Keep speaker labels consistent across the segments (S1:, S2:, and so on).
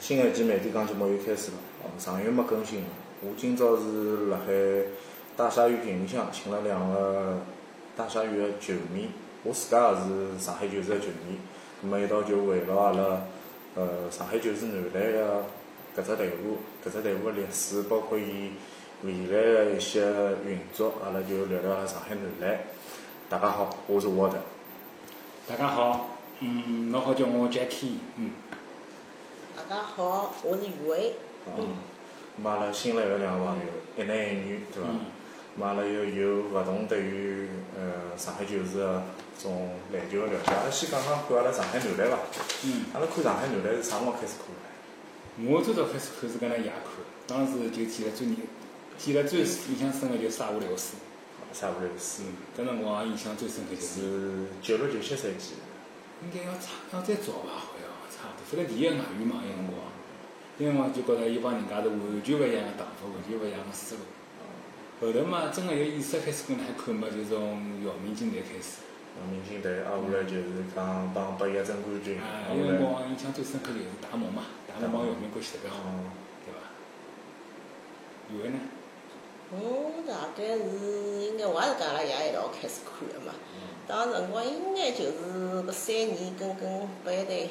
S1: 新的一期《慢点讲》节目又开始了。哦，上月没更新了，我今朝是辣海大鲨鱼群里向请了两个大鲨鱼的球迷，我自家也是上海球市的球迷。那么一道就围绕阿拉呃上海球市男篮的搿只队伍，搿只队伍的历史，包括伊未来的一些运作，阿拉就聊聊阿拉上海男篮。大家好，我是沃德。
S2: 大家好，嗯，侬好叫我 Jackie，嗯，
S3: 大家好，我是余伟。
S1: 嗯，咁阿拉新来个两个朋友，一男一女，对伐
S2: 嗯？
S1: 咁阿拉又有勿同对于呃上海球市个种篮球个了解。阿拉先讲讲看阿拉上海男篮伐？
S2: 嗯，
S1: 阿拉看上海男篮是啥辰光开始看的？
S2: 我最早开始看是搿能夜看，当时就记得最印，记得最印象深的就是沙乌流斯，
S1: 啥不认识
S2: 嗯？，搿辰光印象最深刻就是，
S1: 是九六九七赛季，
S2: 应该要差要再早吧，好像差不多，反正第一个外援嘛，那辰光，那辰光就觉着伊帮人家是完全勿一样的打法，完全勿一样的思路。后头嘛，真个有意识开始跟还看嘛，就从姚明进来开始，
S1: 呃明星队，挨下来就是讲帮八一争冠军，
S2: 啊，
S1: 挨
S2: 有
S1: 下
S2: 辰
S1: 来，
S2: 光印象最深刻就是达蒙嘛，达蒙帮姚明关系特别好。
S1: 嗯，
S2: 对伐？有的呢，
S3: 我嗯大概是应该我也是跟阿拉爷一道开始看的嘛。当时辰光应该就是搿三年跟跟八一队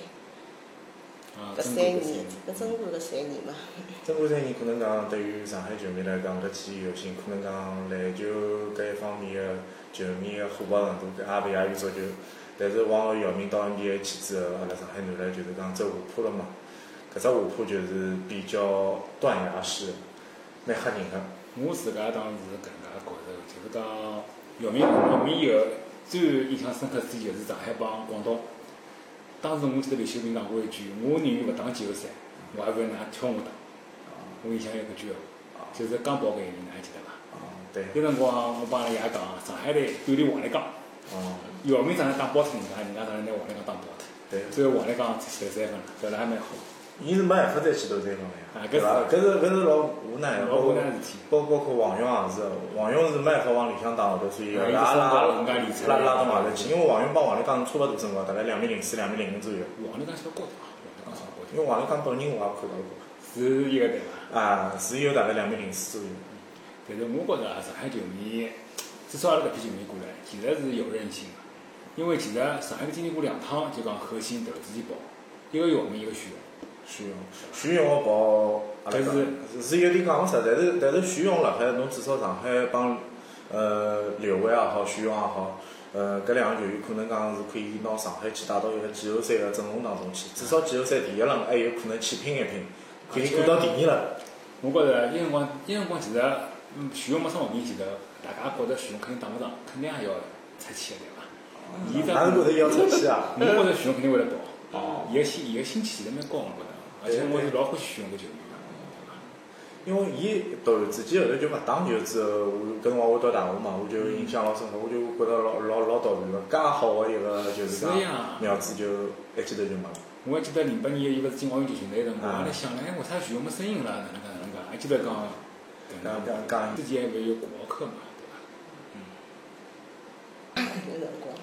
S2: 啊，
S3: 搿
S2: 中
S3: 三
S2: 国
S3: 年
S2: 搿三年，
S3: 搿争冠搿三年嘛。
S1: 争冠赛人可能讲对于上海球迷来讲，搿记忆犹新，可能讲篮球搿一方面的球迷的火爆程度也勿亚于足球。但是往后姚明到呃 NBA 去之后，阿拉上海男篮就是讲走下坡了嘛。搿只下坡就是比较断崖式的，蛮吓人个。
S2: 我自家当时是搿能介觉着，就是讲姚明姚明以后最印象深刻之一就是上海帮广东。当时我记得刘秀明讲过一句：“我宁愿勿打季后赛，我也勿要㑚挑我打。”我印象有搿句闲话，就是江宝搿一年，㑚还记得伐？
S1: 啊，对，
S2: 有辰光我帮阿拉爷讲，上海队锻炼王立刚，
S1: 哦，
S2: 姚明上来打爆脱人家，人家上来拿王立刚打爆脱，
S1: 对，
S2: 最后王立刚才得三分了，投了还蛮好。
S1: 伊是没办法再去投三分了呀，
S2: 啊搿
S1: 对伐？搿是搿是老无奈个，包
S2: 老
S1: 括
S2: 无奈的事体
S1: 包包括王勇也是，王勇是没办法往里向打后头，所以
S2: 啊
S1: 拉
S2: 伊
S1: 拉
S2: 身高
S1: 拉
S2: 人家理解
S1: 拉到外头去，因为王勇帮王立刚差勿多身高，大概两米零四、两米零五左右。
S2: 王立刚小高点啊，王立刚小高
S1: 因
S2: 点，
S1: 为王立刚本人我也啊看到过，
S2: 是一个队伐？
S1: 啊，是有大概两米零四左右。
S2: 但是我觉着啊，上海球迷，至少阿拉搿批球迷过来，其实是有韧性的。因为其实上海经历过两趟，就讲核心投资钱爆，一个姚明，一个徐勇。
S1: 徐勇，徐勇我跑，阿拉
S2: 但是
S1: 讲是有点讲勿出，但是但是徐勇辣海，侬至少上海帮呃刘伟也好，徐勇也好，呃搿两个球员可能讲是可以拿上海去带到一个季后赛个阵容当中去，至少季后赛第一轮还有可能去拼一拼，可以过到第二轮。
S2: 我觉着一辰光，一辰光其实，嗯，徐勇没啥毛病，其实大家觉着徐勇肯定打不上，肯定也要出去的，对伐？伊
S1: 哪能觉得要出去啊？
S2: 我觉着徐勇肯定会来爆，伊个心伊个心气其实蛮高，我觉着，而且我是老欢喜徐勇搿球员的，对伐？
S1: 因为伊投自己后头就勿打球之后，我搿辰光我到大学嘛，我就印象老深刻，我就觉得老老老倒霉个，介好个一个就是讲
S2: 是呀
S1: 苗子就一记头就没了。
S2: 我还记得零八年伊勿是进奥运决赛那辰光，
S1: 啊
S2: 我辣想了，哎，为啥徐勇没声音了？哪能介哪能介？还记得讲，
S1: 讲讲讲
S2: 之前勿是有国奥课嘛，对伐？
S3: 有辰光，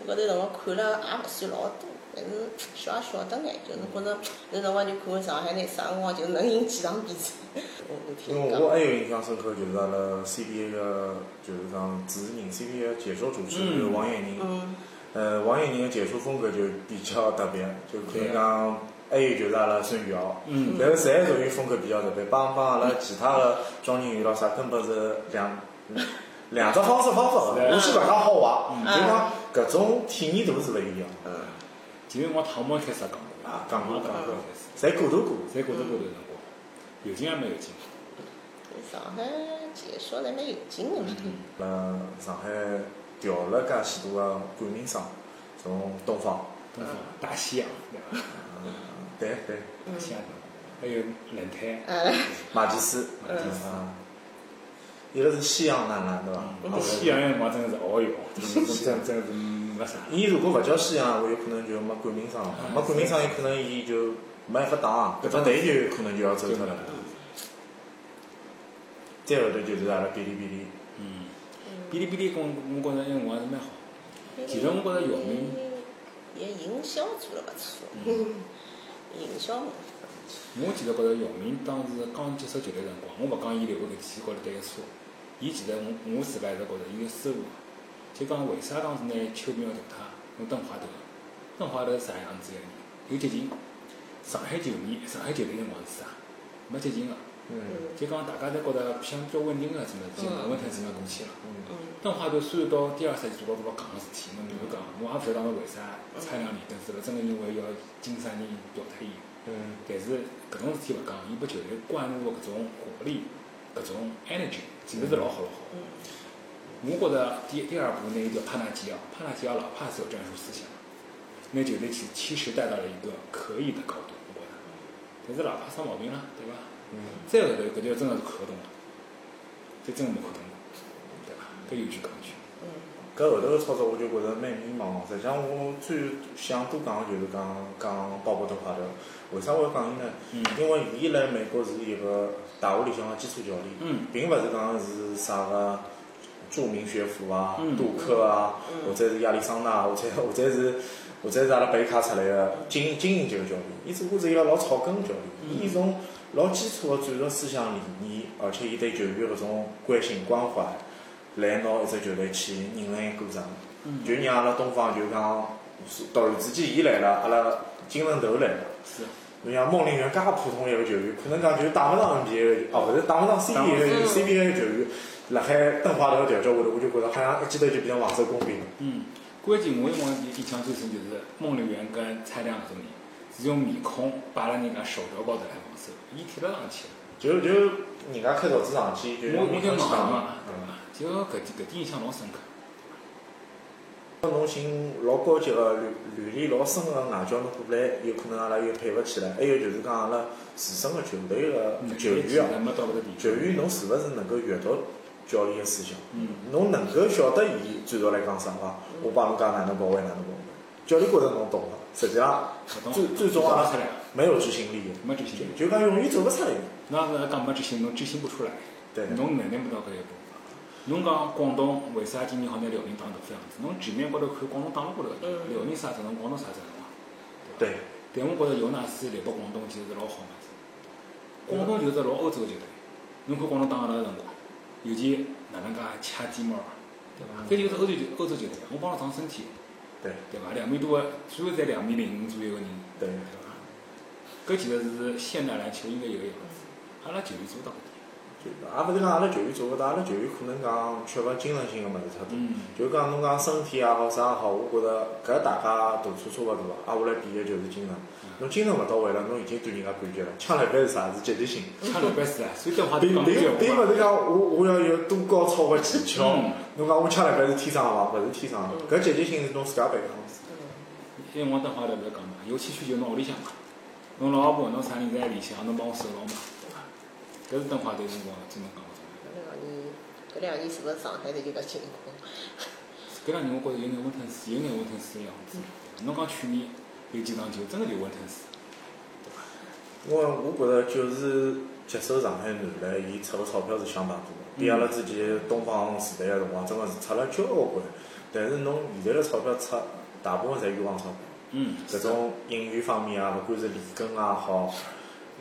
S3: 我搿段辰光看了也勿算老多，但是小也晓得眼，就是觉着有辰光就看看上海队啥辰光就能赢几场比赛。我哦
S1: 因
S3: 我听
S1: 为我
S3: 人讲，
S1: 还有印象深刻，就是阿拉 CBA 个，就是讲主持人 CBA 的解说主持人
S2: 嗯
S1: 王艳宁，
S3: 嗯，
S1: 呃，王岳宁个解说风格就比较特别，就可以讲，还有就是阿拉孙宇豪，
S2: 嗯
S1: 但是侪属于风格比较特别，帮帮阿拉其他个庄敬宇老啥根本是两 两只方式方法个。我先勿讲好坏，
S2: 嗯
S1: 就讲搿种体验度是勿一样的。
S2: 前面往唐某开始也讲过，
S1: 啊讲过
S2: 讲
S1: 讲过
S2: 开始，
S1: 侪过渡过，
S2: 侪觉得过头辰光，有劲也没有劲，
S3: 上海解说还蛮有劲的嘛，
S1: 呃，上海调了介许多个冠名商，从东方，
S2: 东方大西洋对伐？
S1: 对对，
S2: 大
S3: 嗯
S2: 西洋，还有轮胎，
S3: 哎
S1: 马蒂斯，
S2: 马蒂斯
S1: 啊，一个是西洋男篮对伐？
S2: 我西洋辰光真的是遨游，真真真是没啥。
S1: 伊如果勿叫西洋，话有可能就没冠名商了，没冠名商有可能伊就没办法打，搿只队就可能就要走脱了。再后头就是阿拉哔哩哔哩，
S2: 嗯，哔哩哔哩，我我觉着那辰光是蛮好。其实我觉着姚明，
S3: 也营销做了勿错，营销嘛，
S2: 我其实觉着姚明当时刚接手球队辰光，我勿讲伊留下搿体高头对个错，伊其实我我自家一直觉着伊有收获。就讲为啥当时拿邱明要淘汰，用邓华投？邓华投是啥样子个人？有激情。上海球迷，上海球队辰光是啥？啊没激情个。
S1: 嗯
S2: 就讲大家侪觉着相比较稳定个，怎么怎么
S3: 嗯
S2: 稳定怎么过去了。
S1: 嗯，
S2: 邓华头虽然到第二赛季做到多少戆个事体，侬比如讲，我也勿晓得当时为啥差两年，但是勿真个因为要金三年淘汰伊。
S1: 嗯，
S2: 但是搿种事体勿讲，伊拨球队灌入个搿种活力、搿种 energy，其实是老好老好。我觉着第第二步呢，一定要帕纳吉奥，帕纳吉奥老帕是有战术思想，拿球队其其实带到了一个可以的高度，我觉着。但是老帕生毛病了，对伐？
S1: 嗯。
S2: 再后头搿就真个是看合同了，这真个没看懂了，对伐？搿有句讲句，
S3: 嗯
S1: 搿后头个操作我就觉着蛮迷茫个。实际上我最想多讲个就是讲讲鲍勃邓华德，为啥我要讲伊呢？
S2: 嗯
S1: 因为伊来美国是一个大学里向个基础教练，
S2: 嗯
S1: 并勿是讲是啥个著名学府啊、
S2: 嗯
S1: 杜克啊，或者是亚利桑那，或者或者是或者是阿拉北卡出来个精英精英级个教练，伊只不过是一个老草根的教练，伊从老基础个战术思想理念，而且伊对球员搿种关心关怀，来拿一只球队去引领一个过程，就让阿拉东方就讲，突然之间伊来了，阿拉精神头来了。
S2: 是
S1: 侬像梦林园介普通一个球员，可能讲就是打勿上 NBA，哦，勿是打勿上嗯 CBA CBA 的球员，辣海邓华头调教下头，我就觉着好像一记头就变成王者工兵了。
S2: 嗯，关键我一往印象最深就是孟丽媛跟蔡亮搿种人，是用面孔摆辣人家手肘高头来防守，伊踢了上去了。
S1: 就就人家开投资上去，就
S2: 我我就
S1: 去
S2: 戆
S1: 打
S2: 嘛，对
S1: 嗯
S2: 伐？就搿点搿点印象老深刻。
S1: 嗯侬寻老高级个履履历老深个外教侬过来，有可能阿拉又配勿起来。还有就是讲阿拉自身个球队个球
S2: 嗯
S1: 员啊。
S2: 没到搿个地步。
S1: 球员侬是勿是能够阅读教练个思想？
S2: 嗯，
S1: 侬能够晓得伊最早来讲啥伐？我帮侬讲哪能保卫，哪能保卫。教练觉着侬懂了，实际上
S2: 懂
S1: 最最终啊阿
S2: 做
S1: 拉
S2: 不出来
S1: 没有执行力的，
S2: 没执行力
S1: 就就讲永远做勿出来的。
S2: 那是讲没执行，侬执行不出来，
S1: 对
S2: 侬哪能不到搿一步？侬讲广东为啥今年好拿辽宁打得这样子？侬前面高头看广东打了高头，
S1: 嗯
S2: 辽宁啥阵容，广东啥阵容啊？
S1: 对，
S2: 但我觉着尤纳斯来拨广东其实是老好物事。广东就是老欧洲个球队，侬看广东打阿拉个辰光，尤其哪能介掐点毛啊，对伐？搿就是欧洲球欧洲球队，我帮侬长身体，
S1: 对
S2: 对伐？两米多个，最后才两米零五左右个人，
S1: 对
S2: 对伐？搿其实是现代篮球应该有个样子，阿拉球员做到搿点。
S1: 就也勿是讲阿拉球员做勿到，阿拉球员可能讲缺乏精神性个物事太多。
S2: 嗯
S1: 就讲侬讲身体也好，啥也好，我觉着搿大家大差差勿多。挨下来比个就是精神。侬精神勿到位了，侬已经对人家感觉了。抢篮板是啥？是积极性。
S2: 抢篮板是啊，所以邓华就
S1: 并
S2: 讲
S1: 并
S2: 句闲
S1: 并勿
S2: 话嘛，
S1: 是讲我我要有多高超个技巧
S2: 嗯，
S1: 侬讲我吃辣搿是天生个伐？勿是天生个，搿积极性是侬自家培养个。
S2: 因为我邓华就勿是讲嘛，有气需求侬屋里向嘛，侬老婆侬啥人在里向，侬帮我守牢嘛，对伐？搿是邓华对辰光真个讲勿出来。
S3: 搿两年搿两年是勿是上海头就搿情况？
S2: 搿两年我觉着有眼温吞水，有眼温吞水个样子。侬讲去年有几场球，真个就温吞水。
S1: 我我觉着就是接手上海男篮，伊出个钞票是相当多个，比阿拉之前东方时代个辰光真个是出了交关。但是侬现在个钞票出，大部分侪冤枉钞票。
S2: 嗯，
S1: 搿种英语方面啊，勿管是李根也好，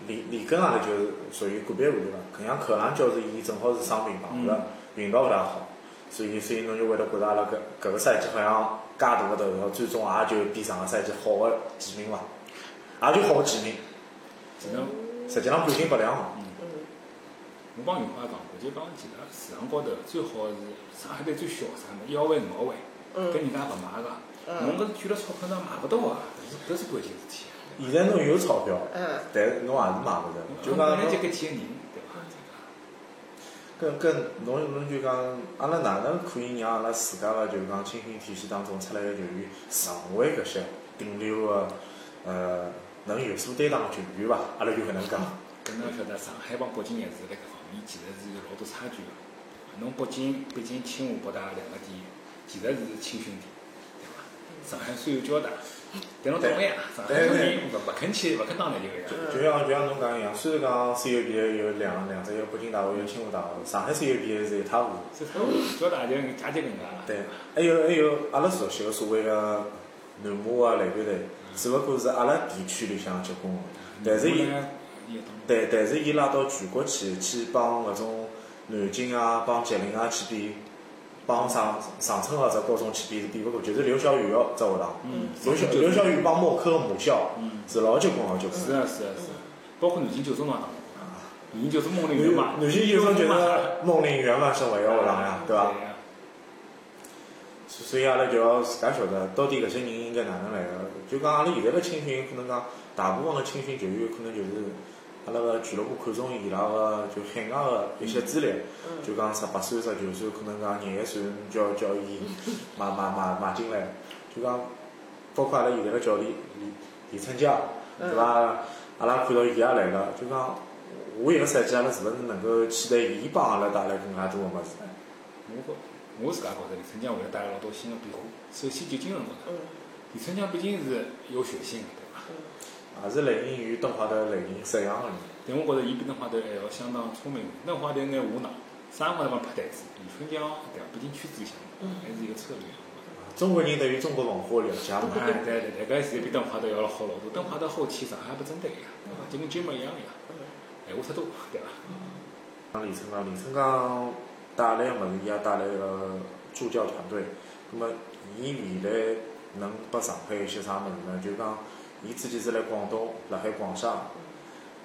S1: 李李根啊就是属于个别户了。搿像可朗教授伊正好是伤病碰了，运道勿大好，所以所以侬就会得觉着阿拉搿搿个赛季好像介大个头条，最终也就比上个赛季好个几名伐，也就好几名。
S2: 其实
S1: 实际上半斤八两哦，
S3: 嗯
S2: 我帮袁花讲过，就讲其实市场高头最好是上海队最小啥么一号位五号位，
S3: 嗯
S2: 搿人家也勿买个，侬搿是捐了钞票上买勿到个，搿是搿是关键事体。
S1: 现在侬有钞票，
S3: 嗯，
S1: 但是侬也是买勿着，就
S2: 本
S1: 讲
S2: 来
S1: 侬
S2: 就搿几个人，对伐？
S1: 跟跟侬侬就讲，阿拉哪能可以让阿拉自家个就讲青训体系当中出来个球员成为搿些顶流个呃能有所担当个球员伐？阿拉就搿能讲。
S2: 搿侬要晓得，上海帮北京也是辣搿方面，其实是有老多差距个。侬北京毕竟清华、北大两个地，其实是青训地，对伐？上海虽然有交大，但侬懂个呀，上海
S1: 对
S2: 人勿勿肯去，勿肯当篮球个呀。
S1: 就像就像侬讲一样，虽然讲 CUBA 有两两只，一个北京大学，一个清华大学，上海 CUBA 是一塌糊涂。
S2: 所以他们交大就也就搿能介了。
S1: 对，还有还有阿拉熟悉个所谓个南啊马个篮球队，只勿过是阿拉地区里向结棍个，但是伊
S2: 伊也当
S1: 但但是伊拉到全国去去帮搿种南京啊、帮吉林啊去比，帮上上春啊只高中去比是比勿过，就是刘晓宇个只学 堂。
S2: 嗯
S1: 刘晓刘晓宇帮默克个母校是老结棍老结棍
S2: 是
S1: 的。
S2: 啊是啊是啊，包括南京九中也当过。
S1: 啊
S2: 南京九中梦玲园嘛
S1: 南，南 京有种就是梦林园嘛是勿要学堂呀，啊对伐？
S2: 呀？
S1: 所所以阿拉就要自家晓得到底搿些人应该哪能来个。就讲阿拉现在个青训，可能讲大部分个青训球员可能就是阿拉个俱乐部看中伊拉个就海外个一些资历，就讲十八岁、十九岁，可能讲廿一岁叫叫伊买买买买进来，就讲包括阿拉现在个教练李李春江，对伐？阿拉看到伊也来了，就讲下一个赛季阿拉是勿是能够期待伊帮阿拉带来更加多个物事？
S2: 我觉我自家觉着李春江为了带来老多新的变化，首先就精神高头
S3: 嗯。
S2: 李春江毕竟是有血性的，对伐？
S1: 也是类型与邓华德类型适样个人。
S2: 但我觉着伊比邓华头还要相当聪明，邓华头有眼无脑，啥物事勿拍台子。李春江对伐？毕竟圈子里向还是一个策略。
S1: 中国人对于中国文化的了解嘛，
S2: 哎，对对对，搿现在比邓华头要好老多。邓华头后期上海不针对个呀，对伐？就跟 Jim 一样个呀，哎闲话太多，对伐？
S1: 像李春刚，李春刚带来个物事，伊也带来了助教团队。那么，伊未来能拨上海一些啥物事呢？就讲，伊之前是来广东，辣海广厦，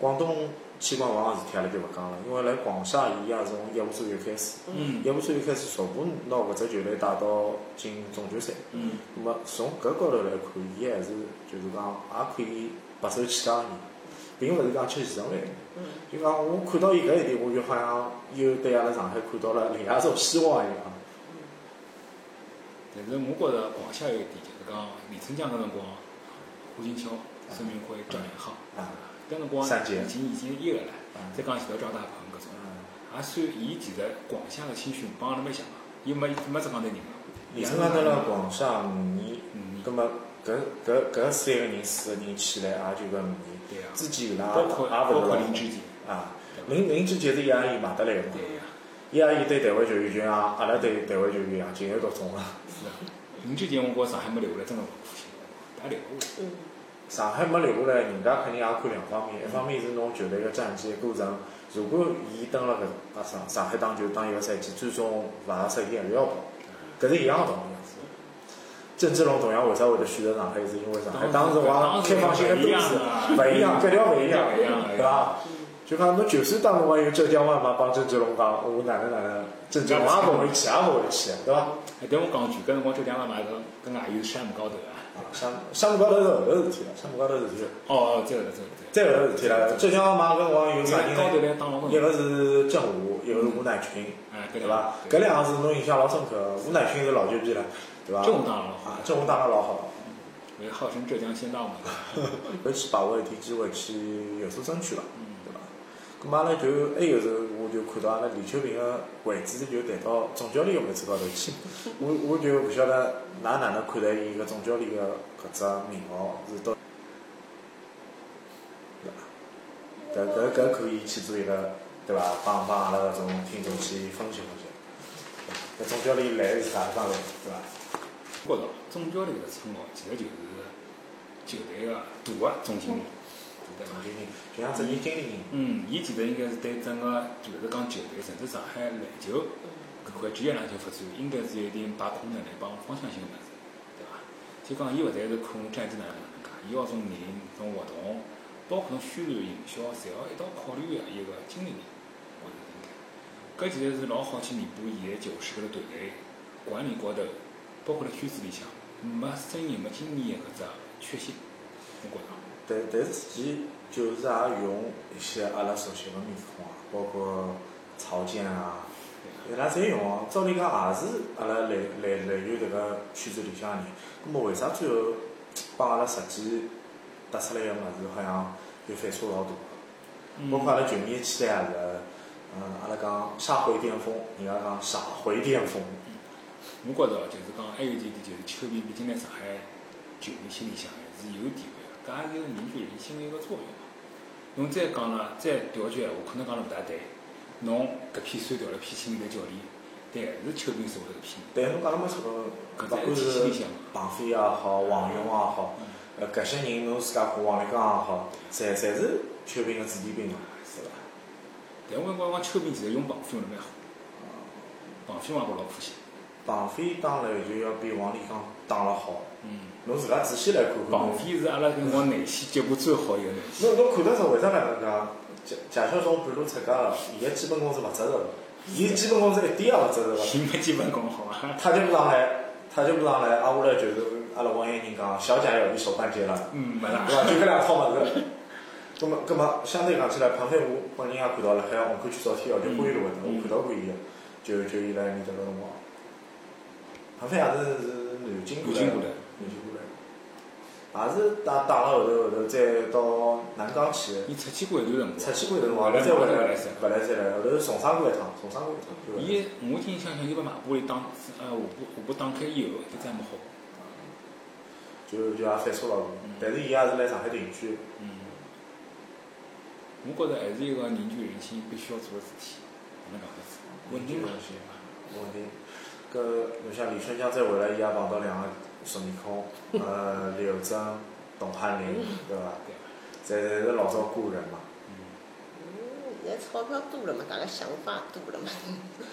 S1: 广东去光房个事体阿拉就勿讲了，因为来广厦伊也是从一五三月开始，
S2: 嗯
S1: 一五三月开始逐步拿搿只球队带到进总决赛。
S2: 嗯。
S1: 那么从搿高头来看，伊还是就是讲也可以白手起家个人，并勿是讲吃前头饭。
S3: 嗯
S1: 就讲我看到伊搿一点，我就好像又对阿拉上海看到了另外一种希望一样。
S2: 但是我觉着广厦有一点就是讲李春江搿辰光，胡金秋、孙明辉、赵元浩，
S1: 啊
S2: 搿辰光
S1: 三杰
S2: 已经已经一个了
S1: 嗯，
S2: 再讲前头赵大鹏搿种
S1: 嗯，
S2: 也算伊其实广厦个青训帮阿拉蛮像个，伊啊没没只讲对人个。
S1: 李春刚到了广厦五年
S2: 嗯，
S1: 葛末搿搿搿三个人四个人起来也就搿五年
S2: 对啊，
S1: 之前伊拉
S2: 包括
S1: 也
S2: 包
S1: 勿
S2: 括
S1: 是
S2: 林志杰，
S1: 啊，林林志杰是伊阿姨买得来个嘛，
S2: 对呀，
S1: 伊阿姨对台湾球员就像阿拉对台湾球员一样情有独钟个。
S2: 是啊。林志杰我觉着上海没留下来，真个老可惜，也留勿下来。
S3: 嗯，
S1: 上海没留下来，人家肯定也看两方面，一方面是侬球队个战绩过程，如果伊登了搿啊上上海打球打一个赛季，最终勿合适伊还是要跑，搿是一样个道理。郑志龙同样为啥会得选择上海，是因为上海当时往开放性个都市勿啊一样，格调勿一样，对伐？就讲侬就算当辰光有浙江外嘛，帮郑志龙讲我哪能哪能，郑志龙也勿会去，也勿会去，对伐？
S2: 哎，但我讲句，搿辰光浙江个买个跟外友山姆高头啊。
S1: 啊，山山姆高头是后头事体了，山啊姆高头事体了。
S2: 哦，哦，这个这个这
S1: 再
S2: 个。
S1: 后头事体了，浙江买搿辰光有啥人
S2: 高头
S1: 呢？
S2: 来当老
S1: 一
S2: 总。
S1: 个是郑武，一个是吴乃群，
S2: 哎，
S1: 对
S2: 对
S1: 伐？搿两个是侬印象老深刻的，吴乃群是老牛逼了，对伐？
S2: 郑武打得老好
S1: 啊，郑武打得老好，
S2: 为号称浙江仙道嘛。
S1: 要去把握一点机会去有所争取伐？对伐？咁嘛阿拉就还有时候我就看到阿拉李秋平个位置就谈到总教练个位置高头去，我我就勿晓得㑚哪能看待伊个总教练个搿只名号是到，对伐？搿搿搿可以去做一个对伐？帮帮阿拉搿种听众去分析分析，搿总教练来是啥地方来对伐？
S2: 觉着总教练搿个称号其实就是球队个大个总经理，对伐
S1: 总？经理就像职业经理人，
S2: 嗯，伊其实应该是对整个就是讲球队，甚至上海篮球搿块职业篮球发展，应该是有一定把控能力帮方向性个物事，对伐？就讲伊勿但是看战绩哪能能介，伊要从人、从活动，包括从宣传营销，侪要一道考虑个一个经理人，我觉得应该。搿其实是老好去弥补现在球市搿个团队管理高头，包括辣圈子里向没经验、没经验搿只缺陷，我觉着。
S1: 但但是自己就是也用一些阿拉熟悉的面孔啊，包括曹健啊，伊拉侪用啊。照理讲也是阿拉来来来源迭个圈子里向的人，那么为啥最后帮阿拉实际得出来个物事好像又反差老大？包括阿拉球迷期待也是，嗯，阿拉讲下回巅峰，人家讲下回巅峰，
S2: 我觉着就是讲，还有一点就是球迷毕竟在上海球迷心里向还是有地位的，搿也是凝聚人心的一个作用嘛。侬再讲了，再调句闲话，可能讲了勿大对。侬搿批酸调了批新的教练，但还是球迷所谓的批。
S1: 但侬讲了没错，
S2: 搿
S1: 勿
S2: 在
S1: 管
S2: 体系
S1: 是
S2: 里向嗯
S1: 庞飞也好，王勇也好，呃，搿些人侬自家讲王立刚也好，侪侪是球评个子弟兵嘛，是伐？
S2: 但我讲讲球迷其实用绑飞用了蛮好，绑飞嘛我老可惜。
S1: 庞飞打篮球要比王立刚打了好，
S2: 嗯，
S1: 侬自家仔细来看看。
S2: 绑飞是阿拉搿辰内线结果最好一个内线。
S1: 侬侬看得出为啥哪能介？贾贾晓松半路出家了，伊个基本功是勿扎实的，伊基本功是一点也勿扎实的。
S2: 伊没基本功好伐？
S1: 他就不上来，他就不上来，挨下来就是阿拉网友人讲，小贾要比手半截了，
S2: 嗯，没
S1: 对
S2: 啦。
S1: 伐？就搿两套物事。葛么，葛么，相对讲起来，庞飞我本人也看到了，海红磡啊区早天哦，就花园路搿搭，我看到过伊个，就就伊辣埃面搭搿辰光。庞飞也是是南京过来
S2: 南京
S1: 的，
S2: 过来
S1: 南京过来的，也是打打了后头后头再到南江去的，
S2: 伊出去过一段辰
S1: 出去过
S2: 光。
S1: 一段辰光，后头再回来，回来再来，后头重伤过一趟，重伤过一趟就回来。
S2: 伊我印象像伊把马布里打，呃，下部下部打开以后，一再没好。
S1: 就就也反差老大，但是伊也是来上海定居的。
S2: 嗯，我觉着还是一个凝聚人心必须要做的事体，哪能讲法子？稳定嘛，
S1: 稳定。搿侬像李春江再回来，伊也碰到两个熟面孔， 呃，刘铮、董翰林，对伐？
S2: 对伐？
S1: 侪侪是老早故人嘛。
S3: 嗯，现在钞票多了嘛，大家想法多了嘛。
S1: 搿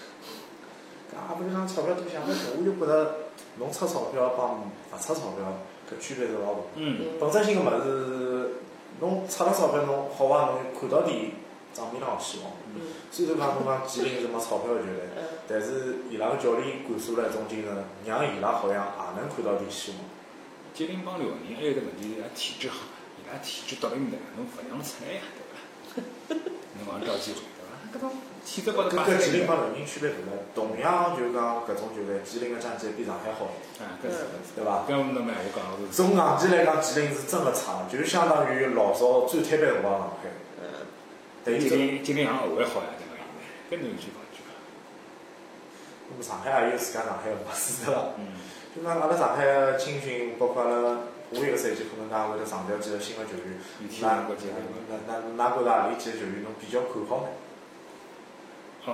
S1: 啊也勿是讲钞票多想得多，我就觉着侬出钞票帮勿出钞票搿区别是老大。
S2: 嗯，
S1: 本质性个物事，侬出了钞票，侬好坏侬看到底账面上去望。
S3: 嗯
S1: 虽然讲侬讲吉林是没钞票的球队，
S3: 嗯，
S1: 但是伊拉个教练灌输了一种精神，让伊拉好像也能看到点希望。
S2: 吉林帮辽宁还有一个问题，伊拉体制好，伊拉体制到了面搭，侬勿让出来呀，对伐？侬往找机会，对伐？搿种体制高头
S1: 跟
S2: 摆
S1: 跟吉
S2: 出
S1: 林
S2: 来，
S1: 帮辽宁区别大了，同样就是讲搿种球队，吉林个战绩比上海好，
S2: 啊，搿是搿是。
S1: 对伐？
S2: 搿侬蛮我讲了，
S1: 从硬件来啊讲，吉林是真个差，就是相当于老早最摊板辰光上海。但伊
S2: 吉
S1: 这
S2: 林吉林也后悔好呀，对伐？现在搿侬有句讲句伐？
S1: 那么上海也有自家上海个物事对伐？
S2: 嗯，
S1: 就讲阿拉上海个青训，包括阿拉下一个赛季可能㑚会得上调几个新个球员，
S2: 有体
S1: 㑚
S2: 能个球员
S1: 㑚
S2: 伐
S1: 㑚㑚觉着何里几个球员侬比较看好呢？
S2: 呃，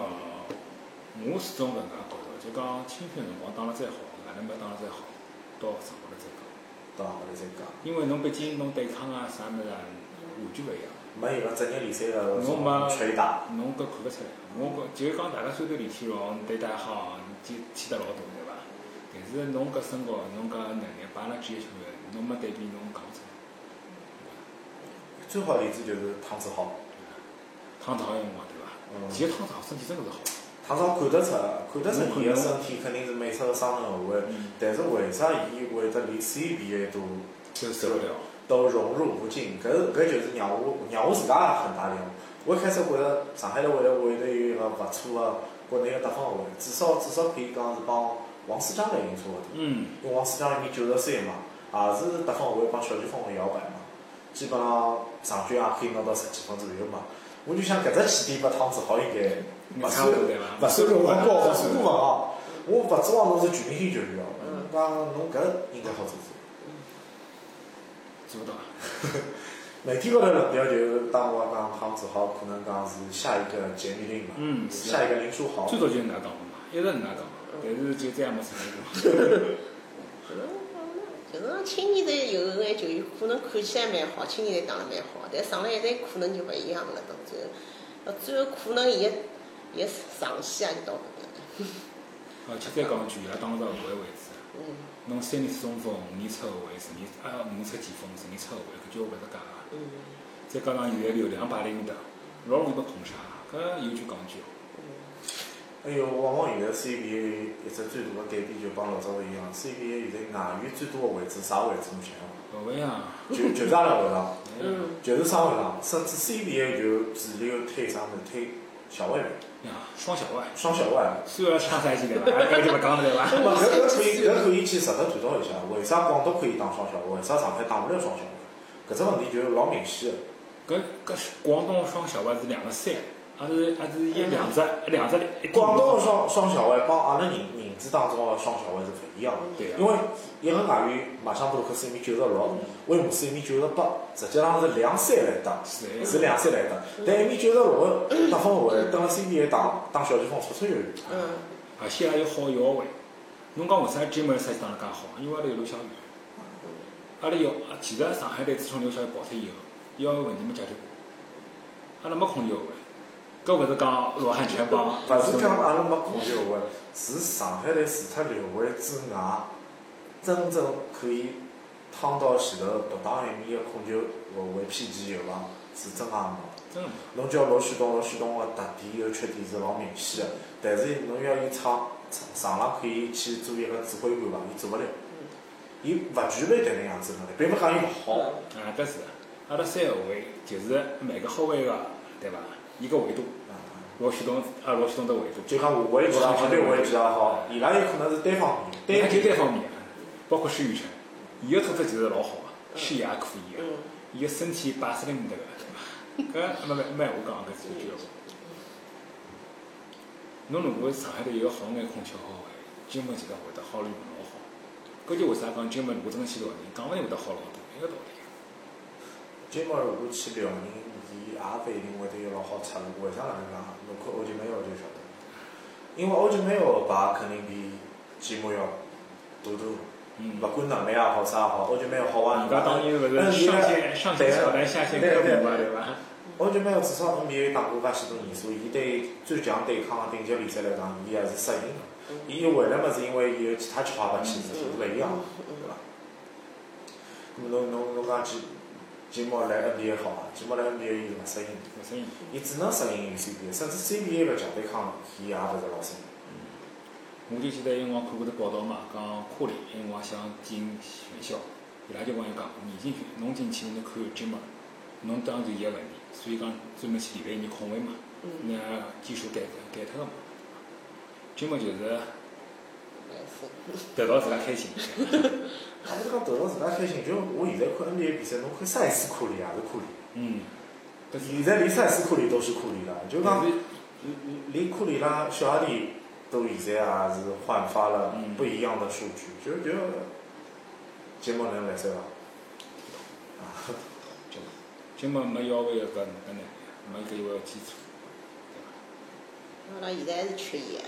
S2: 我始终搿能介觉着，就讲青训辰光打了再好，哪能没打了再好，到上高头再讲。
S1: 到上头再讲。
S2: 因为侬毕竟侬对抗啊啥物事啊，完全勿一样。
S1: 没有个职业联赛的
S2: 侬没
S1: 捶打，
S2: 侬搿看勿出来。我觉就是讲大家虽然李天龙对大家好，就踢得老大对伐？但是侬搿身高，侬搿能力摆辣职业球员，侬没对比侬讲勿出来。
S1: 最好的例子就是汤志浩。
S2: 汤汤用嘛对伐？
S1: 嗯
S2: 其实汤汤身体真个是好，
S1: 汤志浩看得出，看得出伊
S2: 嗯
S1: 个身体肯定是每出个伤痕后卫
S2: 嗯，
S1: 但是为啥伊会得连 CBA 都
S2: 就受不了。
S1: 都融入不进？搿搿就是让我让我自家也很打脸。我一开始觉着上海队会得会得有一个勿错个国内个得分后卫，至少至少可以讲是帮王思佳类型差勿多。
S2: 嗯，
S1: 因为王思佳一米九十三嘛，也是得分后卫帮小前锋个摇摆嘛，基本上场均也可以拿到十几分左右嘛。我就想搿只起点拨汤志豪应该勿
S2: 差
S1: 算
S2: 勿多对伐？
S1: 勿算辰光高，勿算过
S2: 勿
S1: 分哦。我勿指望侬是全明星球员哦，我讲侬搿应该好做做。
S2: 做勿到。
S1: 媒体高头论调就当我讲汤志豪可能讲是下一个杰米林嘛，
S2: 嗯，是
S1: 下
S2: 啊。
S1: 一个林书豪
S2: 最。早就是搿能介讲的嘛，一直搿能介讲，但是就再也没成功过。
S3: 可能就是讲青年队有眼球员可能看起来蛮好，青年队打了蛮好，但上了一队可能就勿一样了，到最后，到最后可能伊个伊个上限也就到搿搭了。
S2: 呃而且再讲一句，伊拉当时后卫位置，
S3: 嗯
S2: 侬三年出中风，五年出后卫，十年啊五年出前锋，十年出后卫，搿叫勿是假个。
S3: 嗯
S2: 再加上现在流量摆辣面搭，老容易被捧杀。搿有句讲句哦，
S1: 哎哟，往往现在 CBA 一只最大的改变就帮老早勿一样，CBA 现在外援最多的位置啥位置侬想想，
S2: 勿会啊，
S1: 就就是阿拉会上，
S2: 嗯
S3: 嗯，
S1: 就是上会上，甚至 CBA 就主流推啥物事推小外援，
S2: 呀，双小外，
S1: 双小外援。
S2: 虽然上赛季对伐，哎搿就勿讲了对伐？
S1: 那么搿搿可以搿可以去值得探讨一下，为啥广东可以当双小外，为啥上海打勿了双小外？搿只问题就是老明显的。
S2: 搿搿是广东双小外是两个三，还是还是一两只两只一定
S1: 广东的双双小外帮阿拉人认知当中的双小外是勿一样的。
S2: 对
S1: 因
S2: 啊，
S1: 为一个外援马相布鲁克是一米九十六，威姆斯一米九十八，实际上是两三来打，
S2: 是
S1: 是两三来打。但一米九十六的打分位登了 CBA 打打小前锋绰绰有余。
S3: 嗯，
S2: 而且还有好摇位。侬讲为啥专门赛季打得介好？因为阿拉有刘翔宇，阿拉有啊其实上海队自从刘翔宇跑脱以后，腰个问题没解决过，阿拉没空腰位。搿勿是讲老汉全 帮，
S1: 勿是讲阿拉没空有位，是上海队除脱刘伟之外，真正可以趟到前头独当一面的控球后卫 PG 有伐？是真也没。
S2: 真个没。
S1: 侬叫老许东，老许东个特点和缺点是老明显的，但是侬要伊上上浪可以去做一个指挥官伐，伊做勿了，伊勿具备迭能样子能力，并勿讲伊勿好，
S2: 啊，搿是的，阿拉三个位就是每个后卫个，对伐？一个维度，罗旭东啊，罗旭东的维度，
S1: 就讲我位置也好，对我位置也好，伊拉有可能是单方
S2: 但
S1: 面，
S2: 就
S1: 单
S2: 单方面，包括施雨辰，伊个特质其实老好个，视野也可以个，伊个身体摆设辣面搭 个，对伐？搿没没没闲话讲，搿是一句闲话。侬如果上海头有个好眼空缺后卫，金门其实会得效率老好。搿就为啥讲金门如果真个去辽宁，讲勿定会得好老多，一个道理。
S1: 今朝如果去辽宁，伊也勿一定会得有老好出路。为啥哪能讲？侬看欧锦梅奥就晓得，因为欧锦梅奥牌肯定比吉姆要大多了。
S2: 嗯
S1: 勿管能力也好，啥也好，欧锦梅好啊，
S2: 人家嗯当年勿是上线上线乔丹，下线科比嘛，对伐？
S1: 我就没有至少 NBA 打过介许多年数，伊对最强对抗的顶级联赛来讲，伊还是适应的。伊为了么是因为伊有其他吃法勿去，这是勿一样的，对伐？那么侬侬侬讲吉吉毛来 NBA 好伐？吉毛来 NBA 伊是勿适应的，
S2: 勿适应。
S1: 伊只能适应于 CBA，甚至 CBA 个强对抗伊也勿是老适应。
S2: 我就记得有辰光看过只报道嘛，讲科里有辰光想进学校，伊拉就帮伊讲，你进去，侬进去侬看金门，侬当然就伊个问题，所以讲专门去练了一年空位嘛，拿技术改改脱个嘛。金门就是
S3: 也是，
S2: 得到自家开心，
S1: 他勿是讲投到自家开心，就我现在看 NBA 比赛，侬看赛斯库里也是库里。
S2: 嗯，但是
S1: 现在连赛斯库里都是库里了，就讲连库里拉小阿弟都现在也是焕发了
S2: 嗯
S1: 不一样的数据，就就节目能来塞伐？
S2: 金门金门没腰位个搿搿能力，没搿一个基础，
S3: 阿拉现在还是缺伊啊，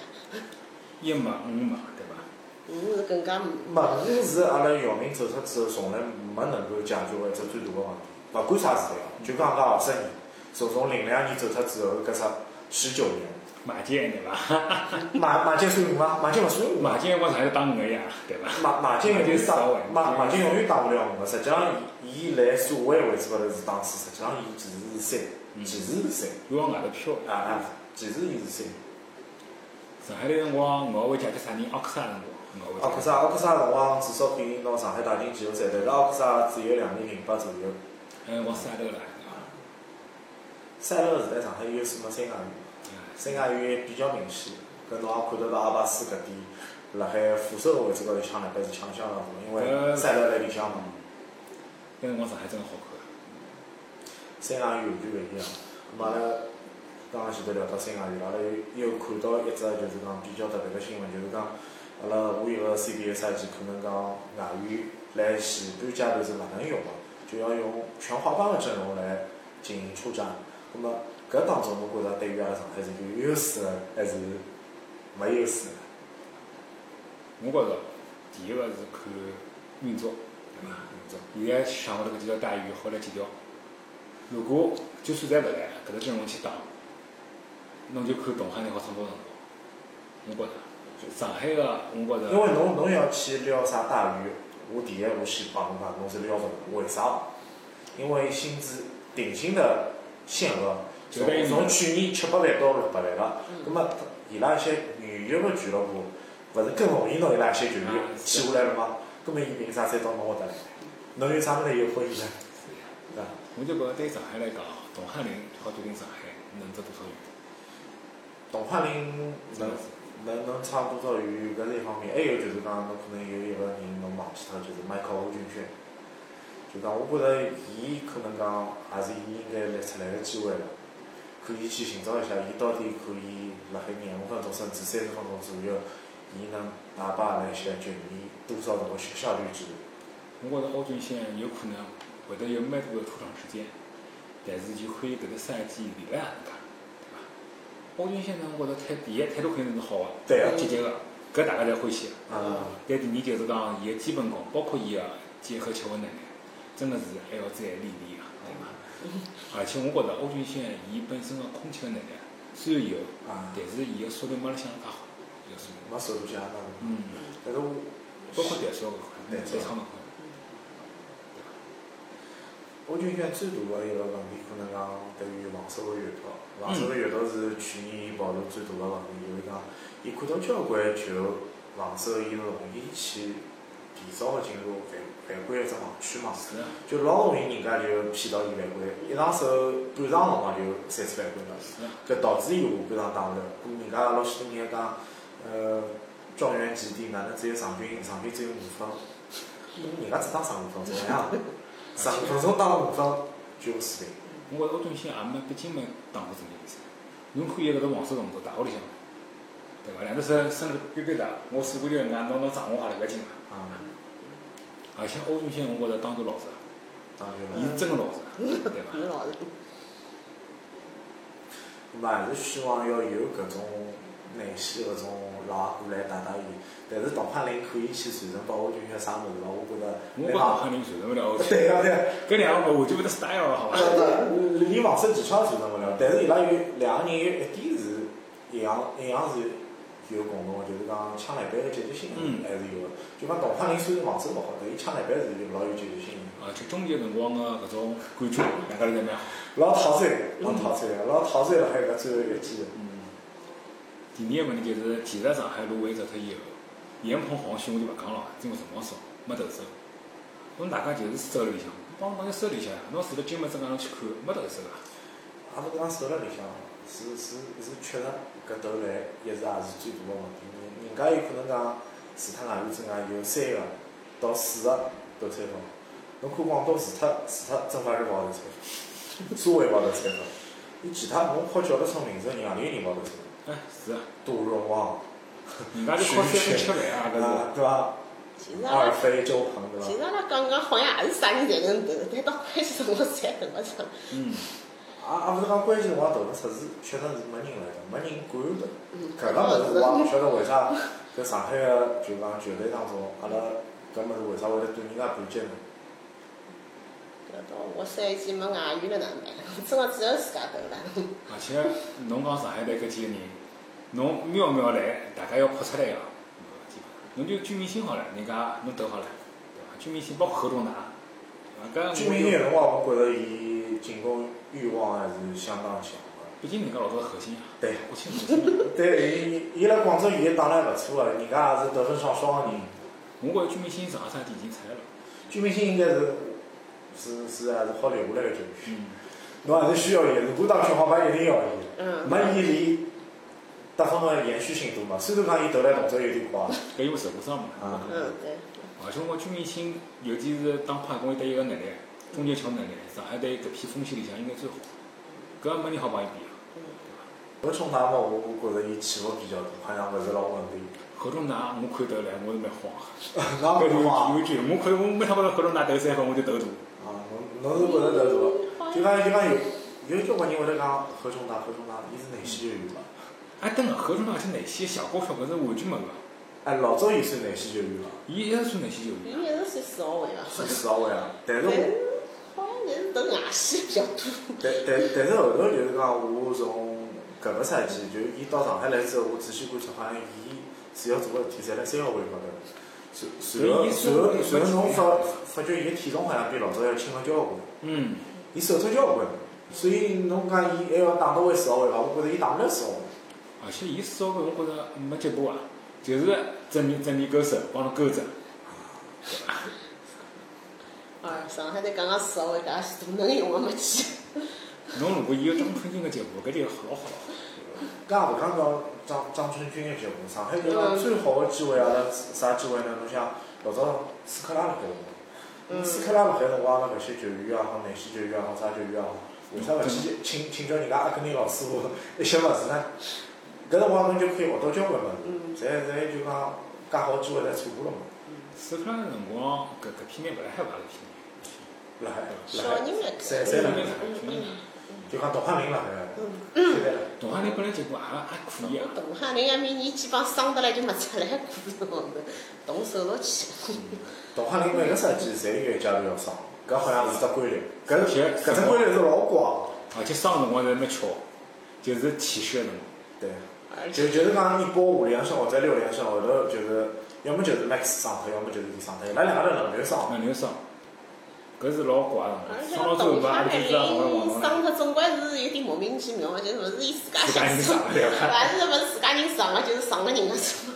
S2: 一没五没，对伐？
S3: 我是更加没
S1: 嘛，五是阿拉姚明走脱之后，从来没能够解决的一只最大的问题，勿管啥时代哦，就讲讲二十年，从从零两年走脱之后，搿只十九年，
S2: 马健对伐？
S1: 马马竞算五伐？马竞勿算五伐？
S2: 马健辰光上海打五个呀，对伐？
S1: 马马竞永远打
S2: 马竞
S1: 马马竞永远打不了五个。实际上，伊来所谓位置高头是档次，实际上伊其实是三，其实是三。
S2: 又往外头飘。
S1: 啊啊，其实伊是三。
S2: 上海的辰光，我会解决啥人？奥克萨辰光，我
S1: 奥克
S2: 会解决。
S1: 萨奥克萨辰光至少可以拿上海打进季后赛，但是奥克萨只有两年零八左右。
S2: 那辰光杀头了，
S1: 塞勒是在上海优势没三外援，
S2: 哎
S1: 三外援比较明显。搿侬也看得到阿巴斯搿点，辣海扶手个位置高头抢篮板是抢相当多，因为
S2: 呃
S1: 塞勒辣里向嘛。
S2: 那辰光上海真的好看。
S1: 三外援完全勿一样。咁阿拉刚刚前头聊到三外援，阿拉又又看到一只就是讲比较特别个新闻，就是讲阿拉下一个 CBA 赛季可能讲外援来前半阶段是勿能用个，就要用全华班个阵容来进行出战。咁么搿当中，侬觉着对于阿拉上海是有优势个还是没优势个？
S2: 我觉着，第一个是看运作，对伐？运作。现在想下头搿几条大鱼好来几条。如果就算再勿来，搿只阵容去打，侬就看动汉拿好冲多辰光。我觉着，
S1: 就
S2: 上海个，我觉
S1: 因
S2: 着
S1: 为侬侬要去撩啥大鱼，我第一我先帮侬讲，侬是撩什么？为啥？因为薪资定薪的限额，
S2: 就在一
S1: 从从
S2: 年
S1: 去年七八万到六八万了。那么伊拉一些原有的俱乐部，勿是更容易拿伊拉一些球员
S2: 啊
S1: 签
S2: 是
S1: 下来了吗？那么伊凭啥再到侬搿搭来？侬有啥物事诱惑伊呢？对伐？
S2: 我就觉着对上海来讲，东汉人好对应上海能值多少远？
S1: 动画林能能能差多少远？搿是一方面，还哎有就是讲，侬可能有一个人侬忘记脱，就是迈克尔·欧俊轩。就讲，我觉着伊可能讲也是伊应该来出来个机会了，可以去寻找一下，伊到底可以辣海廿五分钟甚至三十分钟左右，伊能带拨阿拉一些球迷多少能够效效率之类。
S2: 我觉着欧俊贤有可能会得有蛮多的出场时间，但是就看伊搿个赛季里来能介，对伐？欧俊贤呢，我觉着态第一态度肯定是好个，
S1: 对啊
S2: 积极个，搿大家侪欢喜个。
S1: 啊，
S2: 但第二就是讲伊个基本功，包括伊个结合球个能力，真个是还要再练练啊，对伐？而且我觉着欧俊贤伊本身个控球能力虽然有，
S1: 啊
S2: 但是伊个速度没辣想介好，有速度。
S1: 没手下那个，
S2: 嗯，
S1: 但是我
S2: 包括弹射搿块，
S1: 弹
S2: 弹
S1: 射
S2: 唱搿块，
S1: 我就想最大的一个问题，可能讲对于防守个越道，防守个越道是去年暴露最大个问题，就是讲伊看到交关球防守，伊容易去提早个进入犯犯规个只盲区嘛，
S2: 是啊，
S1: 就老容易人家就骗到伊犯规，一上手半场辰光就三次犯规了。
S2: 是啊，
S1: 搿导致伊下半场打勿了。搿人家老许多人讲，呃，状元及第，哪能只有场均场均只有五分？人家只打十五分钟呀，十五分钟打了五分就输定。
S2: 我觉着欧俊贤也没，毕竟没打过职业比赛。侬看伊搿个防守动作，大屋里向，对伐？两只手伸个边边大，我试过就搿能介，拿拿掌握也来勿及嘛。
S1: 啊，
S2: 而且欧俊贤，我觉着当做老实，
S1: 当然
S2: 伊
S1: 了。
S2: 是真个老实，啊对伐？
S3: 侬老是
S1: 咁嘛，还是希望要有搿种内线搿种老阿哥来打打伊。但是董翰林可以去传承包括俊轩啥物事伐？我觉着
S2: 我
S1: 蛮
S2: 觉着
S1: 好。
S2: 肯定传承勿了欧
S1: 对
S2: 俊。
S1: 个对个。
S2: 搿两个我就勿得 style 了，好伐？
S1: 呃，伊防守技巧传承勿了，但是伊拉有两个人有一点是一样，一样是有共同个，就是讲抢篮板个积极性
S2: 嗯
S1: 还是有个。就讲董翰林虽然防守勿好，但伊抢篮板是有老有积极性的，
S2: 而且终结辰光个搿种感觉，两家头侪蛮好。
S1: 老讨债，老讨债，老讨债了还搿最后一记。
S2: 第二个问题就是，其实上海路位撤退以后，严鹏好像新闻就勿讲了，因为辰光少，没投手。侬大家就是手里向，帮侬讲就手里向，侬除了金门镇江侬去看，没投手啊。
S1: 阿拉搿趟守了里向，是是是确实搿头来一直也是最大个问题。人人家有可能讲，除脱外援之外，有三个到四个投三分。侬看广东除脱除脱曾法是勿好投三 分，苏伟勿好投三分，伊其他侬好叫得出名字的人，何里有人勿好投三分？
S2: 哎，是啊，
S1: 杜荣旺，
S2: 人家就靠三分吃饭啊，搿
S1: 啊
S2: 是。
S1: 对伐？
S3: 其实阿
S1: 阿尔
S3: 拉
S1: 菲、周鹏对
S3: 其
S1: 伐？
S3: 实阿拉讲讲好像也是啥人侪能投，但到关键辰光侪投勿出。
S2: 嗯，
S1: 也也勿是啊讲关键辰光投勿出，是确实是没人来投，没人管投。
S3: 嗯，
S1: 搿个物事我也勿晓得为啥，搿上海个就讲球队当中，阿拉搿物事为啥会得对人家感激呢？
S3: 搿到我赛季没外援了哪能办？真个只有自家投了。
S2: 而且侬讲上海队搿几个人，侬喵喵来，大家要哭出来个，基本上侬就居民星好了，人家侬投好了，对伐？居民星包括何东达，对伐？搿
S1: 居
S2: 我
S1: 民
S2: 就
S1: 有辰光我觉着伊进攻欲望还是相当强个。
S2: 毕竟人家老早是核心呀，啊
S1: 对
S2: 国庆核心呀。
S1: 对，伊伊辣广州现在打了勿错个，啊人家也是得分上双个人。
S2: 我觉着居民星上个赛季已经出来了。
S1: 居民星应该是是是还是好留下来个球员，
S2: 嗯，
S1: 侬还是需要伊。如果当选好牌，一定要伊。
S3: 嗯，
S1: 没伊离得分个延续性多嘛。虽然讲伊投篮动作有点快，
S2: 搿因为受过伤嘛。
S1: 啊
S3: 嗯，对。
S2: 而且我觉得居民星，尤其是打快攻对一个能力，终结球能力，上海队搿批锋线里向应该最好。搿也没人好帮伊比啊。
S1: 搿冲打嘛，我我觉着伊起伏比较大，好像勿是老稳定。
S2: 合同拿我看投篮，我是蛮慌啊。
S1: 那
S2: 搿
S1: 没
S2: 就
S1: 用啊！
S2: 有一句，我看我每趟帮合同拿投三分，我就投大。
S1: 啊，侬侬是觉着得多，就讲就讲有有交关人会得讲何冲达何冲达，伊是内线球员伐？
S2: 哎，等下合同拿去内线小高票，搿是完全没个。
S1: 哎，老早伊算内线球员伐？
S2: 伊一直算内线球
S3: 伊
S2: 员，
S3: 一直算四号位伐？
S1: 算四号位啊，但是
S3: 但
S1: 我
S3: 是好像侪是投外线比较多。
S1: 但但但是后头就是讲我从搿个赛季，就伊到上海来之后，我仔细观察，好像伊主要做个事体侪辣三号位高头。随随
S2: 所
S1: 后
S2: 以伊
S1: 随后
S2: 是
S1: 随后侬发发觉伊个体重好像比老早要轻了交关，
S2: 嗯，
S1: 伊瘦脱交关，所以侬讲伊还要打到位四号位伐？我觉着伊打勿了四号位。
S2: 而且伊稍微我觉着没结巴啊，就是正面正面勾手帮侬勾着，
S3: 啊，上海队刚刚四号位，搿也是大能用个没去。
S2: 侬如果伊有张春金个结巴，搿就老好了。
S1: 搿也勿讲到张张春军个结果，上海队
S3: 啊
S1: 讲最好个机会啊阿拉啥机会呢？侬想老早斯科拉辣海辰
S3: 嗯
S1: 光，斯科拉辣海辰光，阿拉搿些球员也好，南西球员也好，啊啥球员也好，为啥勿
S3: 嗯
S1: 去请请教人家阿根廷老师傅 一些物事呢？搿辰光侬就可以学到交关物
S3: 嗯
S1: 事，侪侪就讲介好机会侪错过了嘛。
S2: 斯科拉个辰光，搿搿批人勿辣海伐？搿批人，
S1: 辣海
S3: 小嗯
S1: 辣海
S3: 人，来
S1: 侪
S3: 开，
S1: 侪辣海，
S2: 搿批人，
S1: 就讲董汉林辣海，现在辣海
S2: 同行里本来结巴也也可以啊。
S3: 动哈人家明年基本伤得来就没出来过，侬动手术去。
S1: 董汉林每个赛季侪有一家头要伤，搿好像是只规律，搿
S2: 是
S1: 搿只规律是老广。
S2: 而且伤辰光侪蛮巧，就是体恤辰光。
S1: 对，
S3: 而
S1: 就
S3: 且
S1: 就是讲你包五连胜或者六连胜后头，就是要么就是 Max 上头，要么就是你上头，伊拉两个头轮流上。
S2: 蛮牛伤，搿是老怪
S3: 而
S2: 的，
S3: 且
S2: 伤到最后
S3: 动
S2: 嘛，
S3: 哈
S2: 阿拉就是往往
S3: 人
S2: 往
S3: 伤脱总归是有点莫名其妙，就是勿是伊自家
S2: 自家
S3: 想
S2: 人
S3: 伤
S2: 伤，对伐？
S3: 还是勿是自家人伤个，就是伤了人家伤。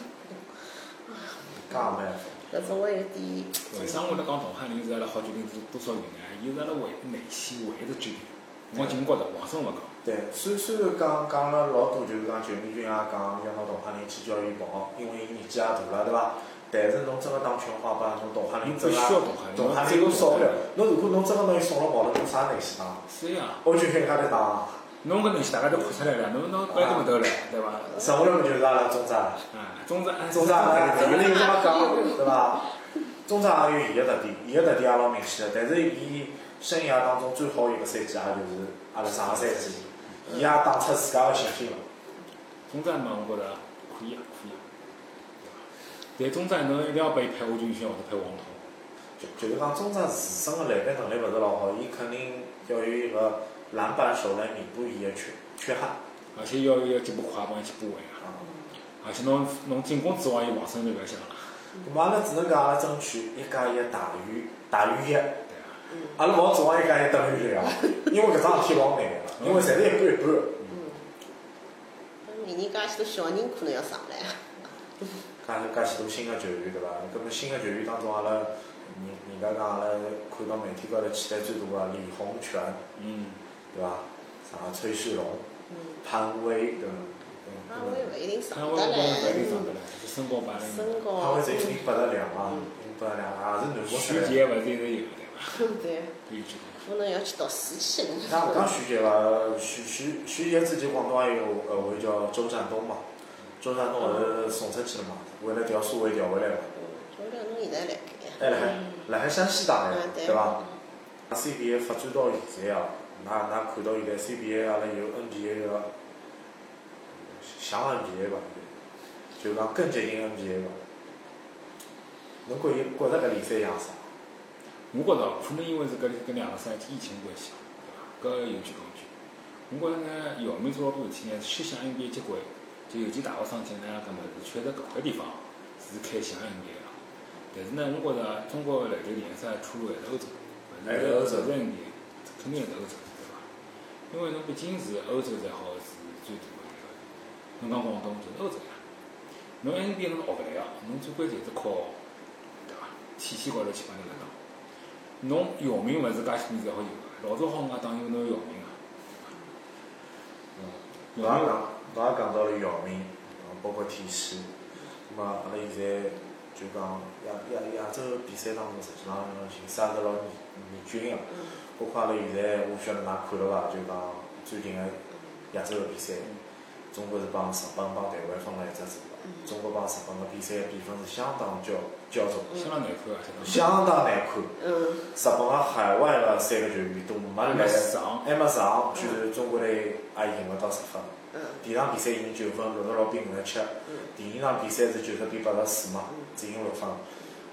S1: 搿也没办法，
S3: 搿总归有点。
S2: 为啥我辣讲同汉人是阿拉好久龄是多少人呢？伊是阿拉为内线唯一的球员，我就觉着王胜勿讲，
S1: 对，虽虽然讲讲了老多，就是讲球迷群也讲要拿董哈林去叫伊跑，因为伊年纪也大了，对伐？但是侬真个打全话吧，侬董哈林
S2: 你
S1: 真
S2: 必须要
S1: 个
S2: 董汉林
S1: 董哈林侬
S2: 侬最
S1: 少
S2: 后
S1: 不了。侬如果侬真个拿伊送了跑了，侬啥内线打？
S2: 是呀，
S1: 欧军跟人家在打，
S2: 侬搿内线大家都看出来了，侬侬怪都勿得了，对伐？
S1: 剩下来么就是阿拉中场。
S2: 啊，总之按
S1: 中场呢，有人有什么讲，对伐？中场也有伊个特点，伊个特点也老明显个，但是伊生涯当中最好一个赛季，也就是阿拉上个赛季，伊也打出自家个信心了。
S2: 中站嘛，我觉着可以啊，可以啊。对吧但中站侬一定要拨伊派欧军训，或者派王涛，
S1: 就就是讲中场自身个拦截能力勿是老好，伊肯定要有一个篮板手来弥补伊个缺缺憾。
S2: 而且啊要要节步快帮伊去补位
S1: 啊，
S2: 啊。而且侬侬进攻指望伊王胜就勿要想了，
S1: 咁阿拉只能讲阿拉争取一加一大于大于一，
S2: 对伐？
S1: 阿拉勿好指望一加一等于零啊，因为搿桩事体老难个，因为侪是一半一半。
S3: 明年介许多小人可能要上来啊。
S1: 介介许多新个球员对伐？搿么新个球员当中，阿拉人人家讲阿拉看到媒体高头期待最大个李洪权
S2: 嗯，
S1: 对伐？啥个崔世龙、潘威对伐？
S3: 啊，我也勿一定上
S2: 看我
S3: 得
S2: 光白领上得
S3: 来。
S2: 来，就是身高白领
S3: 身，高。
S1: 潘威只有一米八十两啊，一米八十两也啊是南国出
S2: 徐
S1: 来的。
S2: 杰勿是一直有对伐？
S3: 对，
S2: 有句
S3: 可能要去读书去了。
S1: 那勿讲徐杰伐？徐徐徐杰之前广东也有个后卫叫周占东嘛，周占东后头送出去了嘛，回来调苏伟调回来了，
S3: 嗯，教练侬现在辣盖
S1: 哎还辣海辣海山西打的
S3: 啊对
S1: 对伐？CBA 发展到现在啊，㑚㑚看到现在 CBA 阿拉啊有 NBA 个，像 NBA 伐？就讲更接近 NBA 伐？侬觉伊觉着搿联赛像啥？
S2: 我觉着可能因为是搿搿两个赛季疫情关系，对伐？搿有句讲句，我觉着呢，姚明做了多事体呢，先想 NBA 接轨，就尤其大学生进来搿么子，确实搿块地方是开想 NBA 了。但是呢，我觉着中国篮球联赛出路还是欧洲，勿是勿是 NBA，肯定还是欧洲，对伐？因为侬毕竟是欧洲才好是最大的一个，侬讲广东就是欧洲呀，侬 NBA 侬学勿来个，侬最关键是靠对伐？体系高头去帮侬来打。侬姚明勿是介许多年才好有个，老早好我讲因为侬有姚明啊，
S1: 侬也讲，侬也讲到了姚明，啊包括体系，那么阿拉现在就讲亚亚亚洲比赛当中，实际上形势还是老严峻个。包括阿拉现在，我勿晓得㑚看了伐？就讲最近个亚洲个比赛，中国是帮日本帮台湾分了一只组，中国帮日本个比赛比分是相当焦焦灼，
S2: 相当难看啊，相
S1: 相当难看。
S3: 嗯，
S1: 日本个海外个三个球员都没来
S2: 没上
S1: 还没上，就是中国队也赢勿到十分。
S3: 嗯
S1: 第一场比赛赢九分，六十六比五十七。第二场比赛是九十比八十四嘛，只赢六分。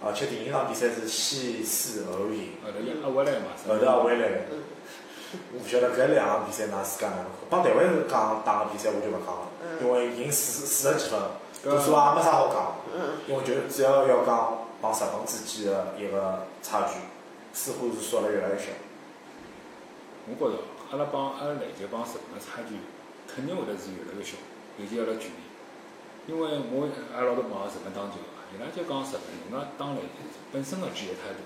S1: 而且第二场比赛是先输后赢，
S2: 难看。后头压回来嘛，是
S1: 后
S2: 吧
S1: 头也回来了。我勿晓得搿两场比赛㑚自家哪能看？帮台湾是讲打个比赛我就勿讲了，因为赢四四十几分，读书也没啥好讲，因为就主要要讲帮日本之间的一个差距，似乎是缩了越来越小。
S2: 我觉着阿拉帮阿拉篮球帮日本的差距肯定会得是越来越小，尤其阿拉距离。因为我阿拉老多朋友日本打球啊，伊拉就讲日本人家打篮球本身的职业态度，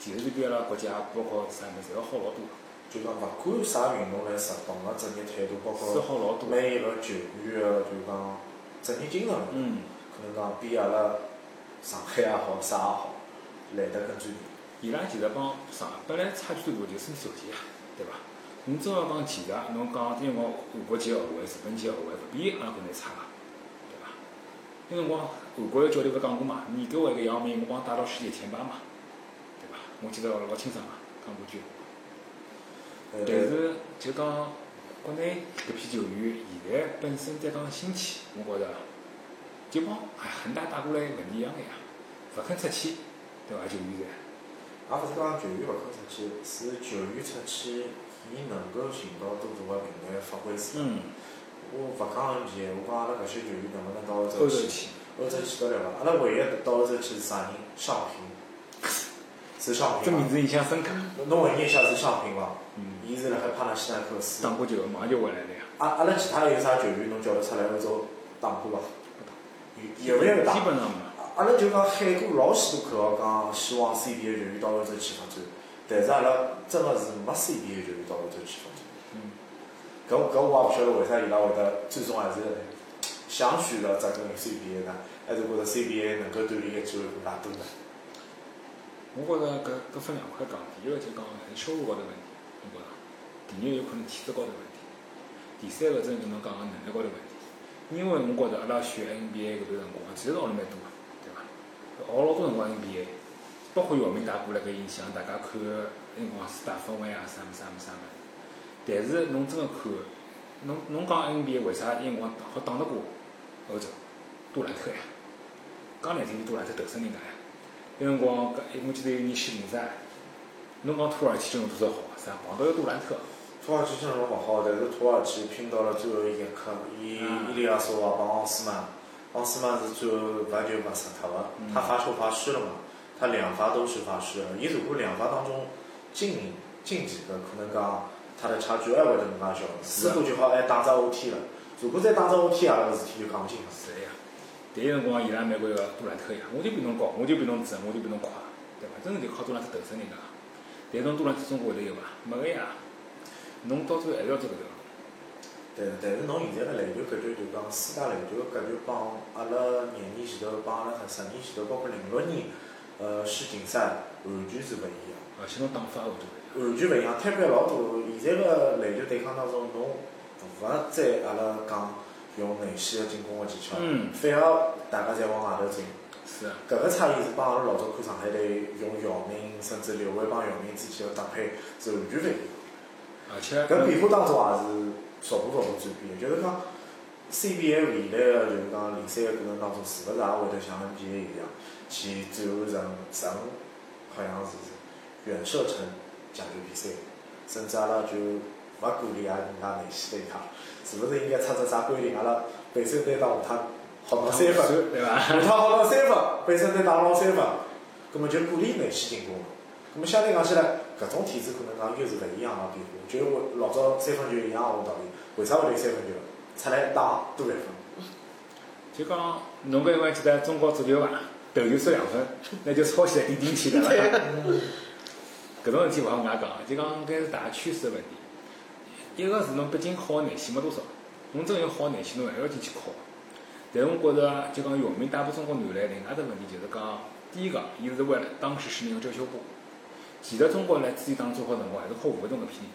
S2: 其实是比阿拉国家包括啥物事要好老多，
S1: 就讲勿管啥运动来日本个职业态度，包
S2: 是
S1: 括
S2: 好老多。
S1: 每一个球员个就讲职业精神，
S2: 嗯，
S1: 可能讲比阿拉上海也好，啥也好，来得更专业。
S2: 伊拉其实帮上本来差距最大就是手球啊，对伐？侬真要讲技术，侬讲因为我韩国籍后卫、日本籍后卫勿比阿拉国内差啊，对伐？那辰光韩国个教练勿讲过嘛，你给我一个姚明，我帮他打到世界前八嘛，对伐？我记得老清爽啊，讲过句。
S1: 呃
S2: 但是就讲国内搿批球员现在本身在讲兴起，我觉着就帮哎恒大带过来问题一样个呀，勿肯出去，对伐？球员噻。
S1: 也勿是讲球员勿肯出去，是球员出去，伊能够寻到多大个平台发挥自己。
S2: 嗯，
S1: 我勿讲问题，我讲阿拉搿些球员能不能到欧
S2: 欧
S1: 洲
S2: 洲
S1: 去？
S2: 去，
S1: 欧洲去得了伐？阿拉唯一到欧洲去是啥人？尚平，是尚
S2: 这
S1: 平
S2: 名
S1: 伐？
S2: 字印象深刻。
S1: 侬回忆一下是尚平伐？
S2: 嗯，
S1: 伊是辣海帕纳西纳克斯。
S2: 打过球，马上就回来了呀。
S1: 阿阿拉啊其他有啥球员侬叫得出来欧洲打过伐？有有没有打
S2: 基？本上嘛，
S1: 阿拉就讲海过老许多口号讲希望 CBA 球员到欧洲去发展，但是阿拉真个是没 CBA 球员到欧洲去发展。
S2: 嗯。
S1: 搿搿我也勿晓得为啥伊拉会得最终还是想选择只跟 CBA 呢？还是觉着 CBA 能够锻炼个机会更加多呢？
S2: 我觉着搿搿分两块讲，第一个就讲还是收入高头问题，我觉着；第二有可能体质高头问题，第三个真的就侬讲个能力高头问题。因为我觉着阿拉选 NBA 搿段辰光，其实学了蛮多个，对伐？学老多辰光 NBA，包括姚明带过来搿影响，大家看个辰光四大分位啊，啥物啥物啥物事。但是侬真个看，侬侬讲 NBA 为啥辰光好打得过欧洲？杜兰特呀，讲难听点，杜兰特投身人家呀。那辰光，搿我记得有年西零三，侬讲土耳其阵容多少好啊，啥碰到个杜兰特，
S1: 土耳其阵容勿好，但是土耳其拼到了最后一刻，伊
S2: 嗯
S1: 伊利亚索娃帮奥斯曼，奥斯曼是最后罚球罚死脱了，
S2: 嗯
S1: 他罚球罚失了嘛，他两罚都是罚失了。伊如果两罚当中进进几个，可能讲他的差距还会得更加小，
S2: 是
S1: 似
S2: 啊
S1: 乎就好哎打只 OT 了。如果再打只 OT 啊，搿事体就讲勿清了。
S2: 是的呀。但有辰光伊拉美国有个杜兰特呀，我就比侬高，我就比侬直，我就比侬快，对伐？真的就靠杜兰特投身人家。但侬杜兰特中国会得有伐？没个呀。侬到最后还是要走搿条路。
S1: 对，但是侬现在的篮球格局就讲世界篮球的格局帮阿拉廿年前头帮阿拉十年前头，包括零六年呃世锦赛完全是勿一样。
S2: 而且侬打法也会得
S1: 完
S2: 勿一样。
S1: 全勿一样，摊板老大。现在个篮球对抗当中，侬勿再阿拉讲用内线个进攻个技巧，
S2: 嗯
S1: 反而大家侪往外头进。
S2: 是啊，
S1: 搿个差异是帮阿拉老早看上海队用姚明，甚至刘伟帮姚明之间个搭配是完全勿一样。
S2: 而且
S1: 搿变化当中也是逐步逐步转变，就是讲 CBA 未来个就是讲联赛个过程当中，是勿是也会得像 NBA 一样，去最后成成好像是远射程甲级比赛，甚至阿拉就勿鼓励阿拉人家内线对抗，是勿是应该出只啥规定？阿拉本身对打下趟好拿三分，下
S2: 对伐？
S1: 趟好拿三分，本身对打拿三分，葛末就鼓励内线进攻了。葛末相对讲起来，搿种体制可能讲又是勿一样个变化，就是我老早三分球一样个道理，为啥会有三分球？出来打多一分。
S2: 就讲侬搿还记得中国足球伐？头球射两分，那就抄起来顶顶去了。搿种事体勿好我也讲，就讲搿是大家趋势个问题。一个是侬毕竟好个内线没多少，侬真有好个内线，侬还要进去靠。但我觉着就讲姚明带拨中国男篮，另外一个问题就是讲，第一个，伊是为了当时十年个遮羞布。其实中国来自己打中国辰光，还是靠吴卫东搿批人，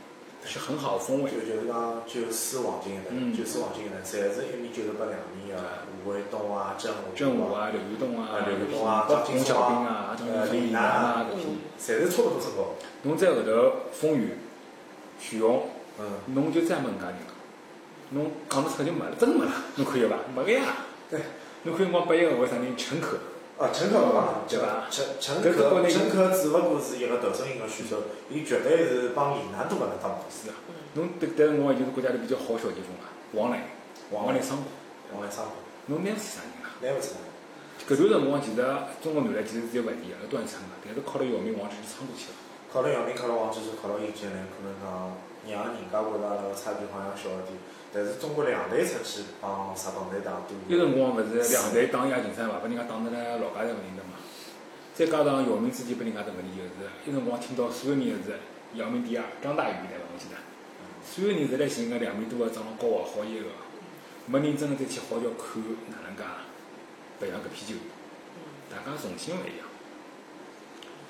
S2: 是很好的锋位
S1: 就。就是讲九四黄金一代
S2: 嗯，
S1: 九四黄金一代，侪是一米九十八两米个吴卫东啊、郑武
S2: 郑武，啊、刘玉栋啊、
S1: 啊刘玉栋啊
S2: 包括
S1: 张
S2: 龚
S1: 金
S2: 小
S1: 松
S2: 兵啊
S1: 啊、
S2: 张
S1: 呃
S2: 金
S1: 李
S2: 松
S1: 楠
S2: 啊
S1: 啊
S2: 搿批人。
S1: 侪是差勿多身高。
S2: 侬再后头风雨、许荣，
S1: 嗯，
S2: 侬就再没搿家人了。侬讲得出就没了，真没了，侬看见伐？没个呀。
S1: 对。
S2: 侬看光八一个为啥人陈可？
S1: 啊，陈可勿讲，
S2: 对伐
S1: 陈陈
S2: 搿是国内
S1: 可陈可只勿过是一个投身型个选手，伊绝对是帮李楠都勿能打。
S2: 是啊。侬对对我已经是国家队比较好的小前锋啊，王磊，王磊伤过，
S1: 王来生，
S2: 侬拿勿出啥人啊！
S1: 拿勿出来。
S2: 搿段辰光其实中国男篮其实是有问题啊个，断层个，但是靠了姚明往这就撑过去了。
S1: 考了姚明，考了王治郅，考了易建联，可能讲让人家觉着阿拉个差距好像小一点。但是中国两队出去帮日本队打
S2: 有
S1: 多，
S2: 辰光勿是两队打亚锦赛嘛，把人家打得来老家侪勿认得嘛。再加上姚明之前拨人家只问题就是，有辰光听到所有人是姚明第二，张大宇对伐？我记得，所有人侪在寻个两米多个长得高个好一个，没人真个再去好叫看哪能介培养搿批球员，大家重心勿一样。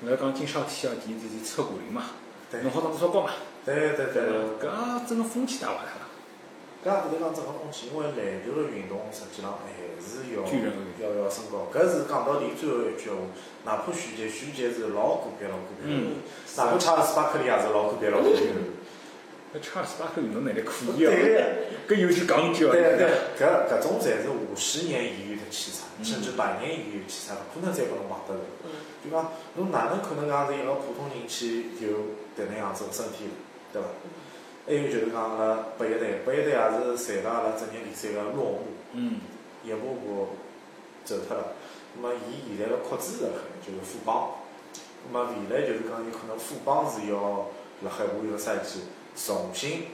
S2: 我要讲今夏天啊，第一就是车谷林嘛，
S1: 对
S2: 侬好打多少高嘛，
S1: 对对对
S2: 对伐？
S1: 搿
S2: 搿啊整个风气带坏脱了。
S1: 搿也勿是讲整个风气，因为篮球个运动实际上还是要
S2: 巨人
S1: 要要身高。搿是讲到底最后一句闲话，哪怕徐杰，徐杰是老个别老个别，
S2: 嗯
S1: 哪怕查尔斯巴克利也是老个别老个别。
S2: 搿查尔斯巴克运动能力可以
S1: 对
S2: 啊，
S1: 个。
S2: 搿有句讲究啊，
S1: 对对，搿搿种侪是五十年一遇的奇才，甚
S2: 嗯
S1: 至百年一遇的奇才，勿可能再拨侬碰得着。就讲侬哪能可能讲是一个普通人去有迭能样子个身体，对伐？
S2: 嗯
S1: 还有就是讲阿拉八一队，八一队也是随了阿拉职业联赛个落幕，
S2: 嗯。
S1: 一步步走脱了。那么伊现在个扩资辣海就是富邦，那么未来就是讲有可能富邦是要辣海下一个赛季重新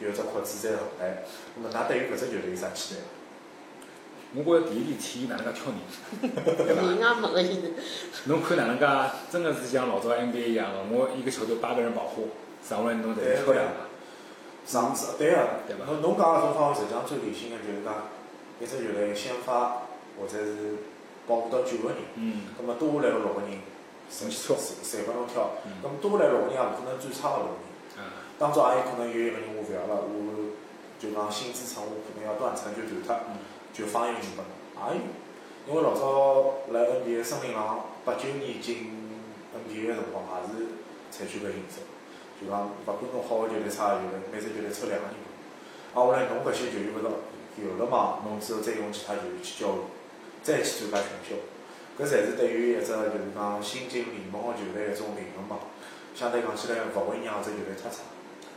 S1: 有一只扩资再上来。那么㑚对于搿只球队有啥期待？
S2: 我觉着第一点建议哪能介挑人，
S3: 人家问个现在，
S2: 侬看哪能介，真个是像老早 NBA 一样个，我一个球队八个人保护，上下来侬得挑两个。
S1: 上次对个
S2: 对吧
S1: 侬侬讲个种方法，实际上最理性个就是讲，一只球队先发或者是保护到九个人，
S2: 嗯，
S1: 葛么多下来个六个人，
S2: 重新挑
S1: 随随拨侬挑
S2: 嗯，
S1: 葛么多下来六个人也勿可能最差个六个人，
S2: 啊，
S1: 当中也有可能有一个人我勿要了，我就讲薪资层我可能要断层就断脱
S2: 嗯，
S1: 就放一个人拨侬，也有，因为老早来 NBA 森林狼八九年进 NBA 个辰光也是采取搿形式，就讲勿管侬好个球队差个球队，每只球队抽两个人拨侬，啊后来侬搿些球员勿是有了嘛，侬之后再用其他球员去交流，再去参加选秀。搿才是对于一只就是讲新进联盟个球队一种平衡嘛，相对讲起来勿会让搿只球队太差。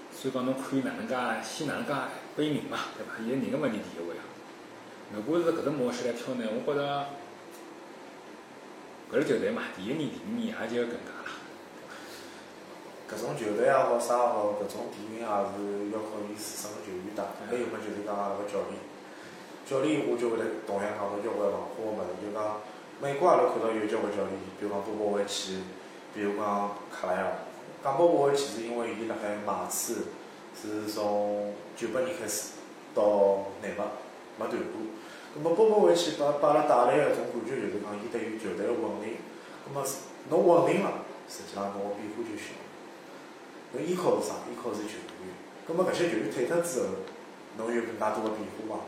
S2: 所以讲侬看哪能介，先哪能介归人嘛，对伐？现在人个问题第一位啊。如果是搿只模式来挑呢，我觉着搿支球队嘛，第一年、第二年也就搿能介了。
S1: 搿种球队也好，啥也好，搿种底蕴也是要考验自身个球员打。还有么就是讲阿拉个教练，教练我就会得同样讲到交关文化个物事，就讲美国阿拉看到有交关教练，比如讲波波维奇，比如讲克莱尔。讲波波维奇是因为伊辣海马刺是从九八年开始到内蒙没断过。葛末波波维奇把把阿拉带来个一种感觉就是讲，伊对于球队个稳定。葛末是侬稳定了，实际上侬个变化就小。搿依靠是啥？依靠是球员。葛末搿些球员退脱之后，侬有更加多个变化伐？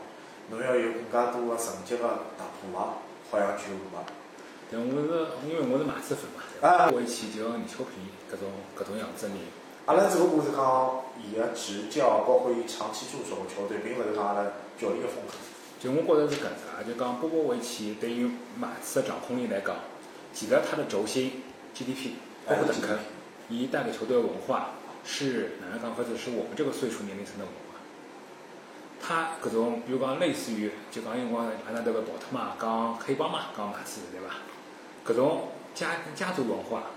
S1: 侬要有更加多个层级个突破伐？好像就有伐？
S2: 但我是因为我是马刺粉嘛，对
S1: 啊
S2: 伐？我一去就像尼乔皮搿种搿种样子的人，
S1: 阿拉只不过是讲伊个执教，包括伊长期驻守个球队，并勿是讲阿拉教练个风格。
S2: 就我觉得是搿能介，就讲波波维奇对于马刺的掌控力来讲，其实他的轴心 GDP 包括邓肯，你带给球队的文化是哪能讲，或者是我们这个岁数年龄层的文化。他搿种，比如讲类似于，就讲有辰光阿拉迭个宝特嘛，讲黑帮嘛，讲马刺对伐？搿种家家族文化，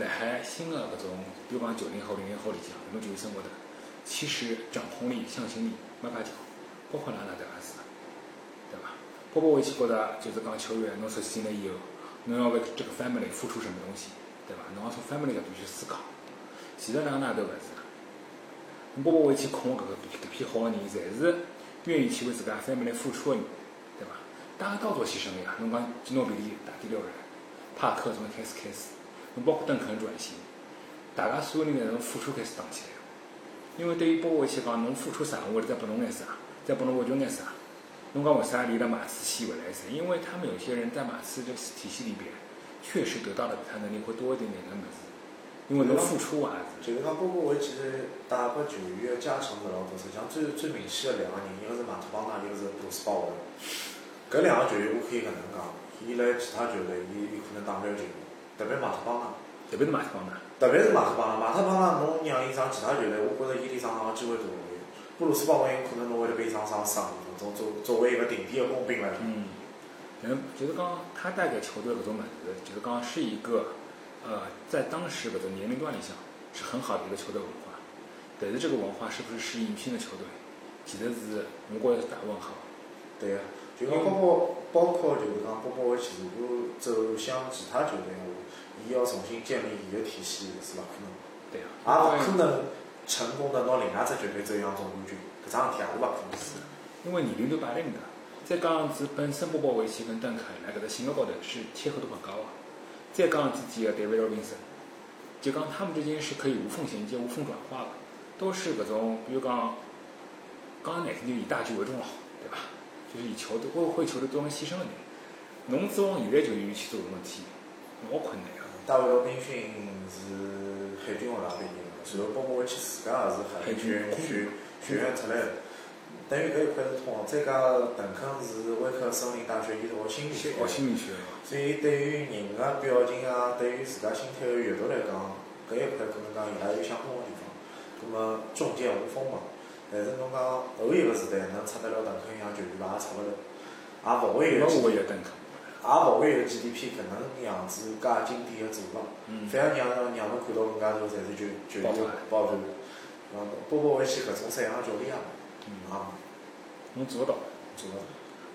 S2: 辣海新的搿种，比如讲九零后、零零后里向，搿种球员生活的，其实掌控力、向心力没法讲，包括哪能迭个是。对伐？包括我一起觉得，就是讲球员侬熟悉进来以后，侬要为这个 family 付出什么东西，对伐？侬要从 family 角度去思考。其实哪能哪都勿是。侬包括我一起控搿个搿批好个人，侪是愿意去为自家 family 付出个人，对伐？大家都做牺牲个呀。啊侬讲基诺比利打第六人，帕克从一开始开始，侬包括邓肯转型，大家所有人侪从付出开始打起来个。因为对于包括一起讲，侬付出啥，我会得再拨侬眼啥，再拨侬回馈眼啥。侬讲为啥离了马刺系回来噻？因为他们有些人在马刺这个体系里边，确实得到了比他能力会多一点点的么子，因为侬付出啊，
S1: 就是讲波波维奇是带拨球员个加成是老多，实际上最最明显个两个人，一个是马特邦纳，一个是布鲁斯鲍威尔。搿两个球员我可以搿能讲，伊辣其他球队伊有可能打勿了球，特别马特邦纳，
S2: 特别是马斯邦纳，
S1: 特别是马特邦纳，马特邦纳侬让伊上其他球队，我觉着伊离上场个机会大一点。布鲁斯鲍威尔有可能侬会得被伊上场伤一分钟，搿种作作为一个顶尖的工兵来讲，
S2: 嗯，嗯，就是刚他带给球队搿种物事，就是讲是一个，呃，在当时搿种年龄段里向是很好的一个球队文化，但是这个文化是不是适应新的球队，其实是我觉着是打问号。
S1: 对个、就讲包括包括就是讲包括其实如果走向其他球队个话，伊要重新建立伊个体系是勿可能的。
S2: 对啊，
S1: 也勿
S2: 因为
S1: 可能成功的拿另外只球队走向总冠军，搿桩事体也是勿可能的。
S2: 因为年龄都摆定的，再加上子本身波波维奇跟邓肯伊拉搿只性格高头是贴合度很高啊，再加上自己个 David Robinson，就讲他们之间是可以无缝衔接、无缝转化的，都是搿种，比如讲，讲难听就以大局为重咯，对伐？就是以球队为为球队做成牺牲个人，侬指望现在球员去做搿种事体，老困难啊。
S1: 大卫罗宾逊是海军学堂毕业的，随后包括去自家也是海军学
S2: 海军
S1: 学学院出来的。等于搿一块是通再加邓肯是威克森林大学伊是学心理学
S2: 学
S1: 的，
S2: 哦心理学啊了，
S1: 所以对于人个表情啊，对于自家心态个阅读来讲，搿一块可能讲伊拉有相通个地方。葛末重剑无锋嘛，但是侬讲后一个时代能出得了邓肯一样球员伐？也出勿了，也勿会
S2: 没
S1: 有
S2: 我
S1: 几
S2: 会有邓肯，
S1: 也勿会有 GDP 搿能样子介经典个做法，
S2: 嗯
S1: 反而让让让侬看到更加多侪是球球员抱团。嗯，包括维奇搿种三样教练啊，
S2: 嗯，
S1: 啊，
S2: 侬做得到。
S1: 做了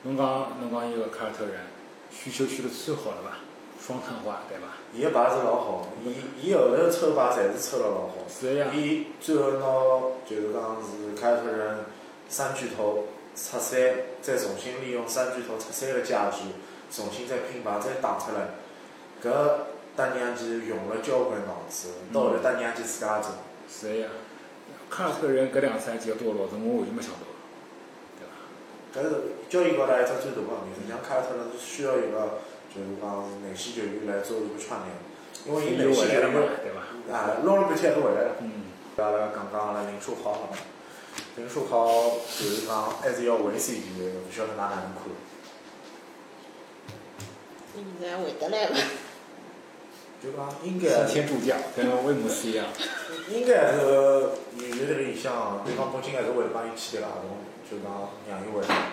S2: 侬讲侬讲一个凯尔特人，需求需得最好了吧？双碳化对伐？
S1: 伊个牌是老好，伊伊后头抽牌侪是抽了老好。
S2: 是呀，
S1: 伊最后拿就是讲是凯尔特人三巨头拆散，再重新利用三巨头拆散的价值，重新再拼牌再打出来。搿搭娘机用了交关脑子，到后头搭娘机自家也做。
S2: 是呀。凯啊尔特人搿两赛季个堕落，我完全没想到，对伐？
S1: 搿是交易高头一只最大个问题，实际上凯尔特人是需要一个就是讲是内线球员来做一个串联，因为伊内
S2: 又
S1: 线球
S2: 回来了嘛
S1: 员，
S2: 对伐？
S1: 啊捞了半天还回来了。
S2: 嗯，
S1: 阿拉讲讲阿拉林书豪好了，林书豪就是讲还是要回 CBA 的，勿晓得㑚哪能看？
S3: 你现在回得来伐？
S1: 就讲应该
S2: 上天助教，跟威姆斯一样，
S1: 应该还是有这个里向，对方北京还是会帮伊签迭个合同，就讲让伊回来，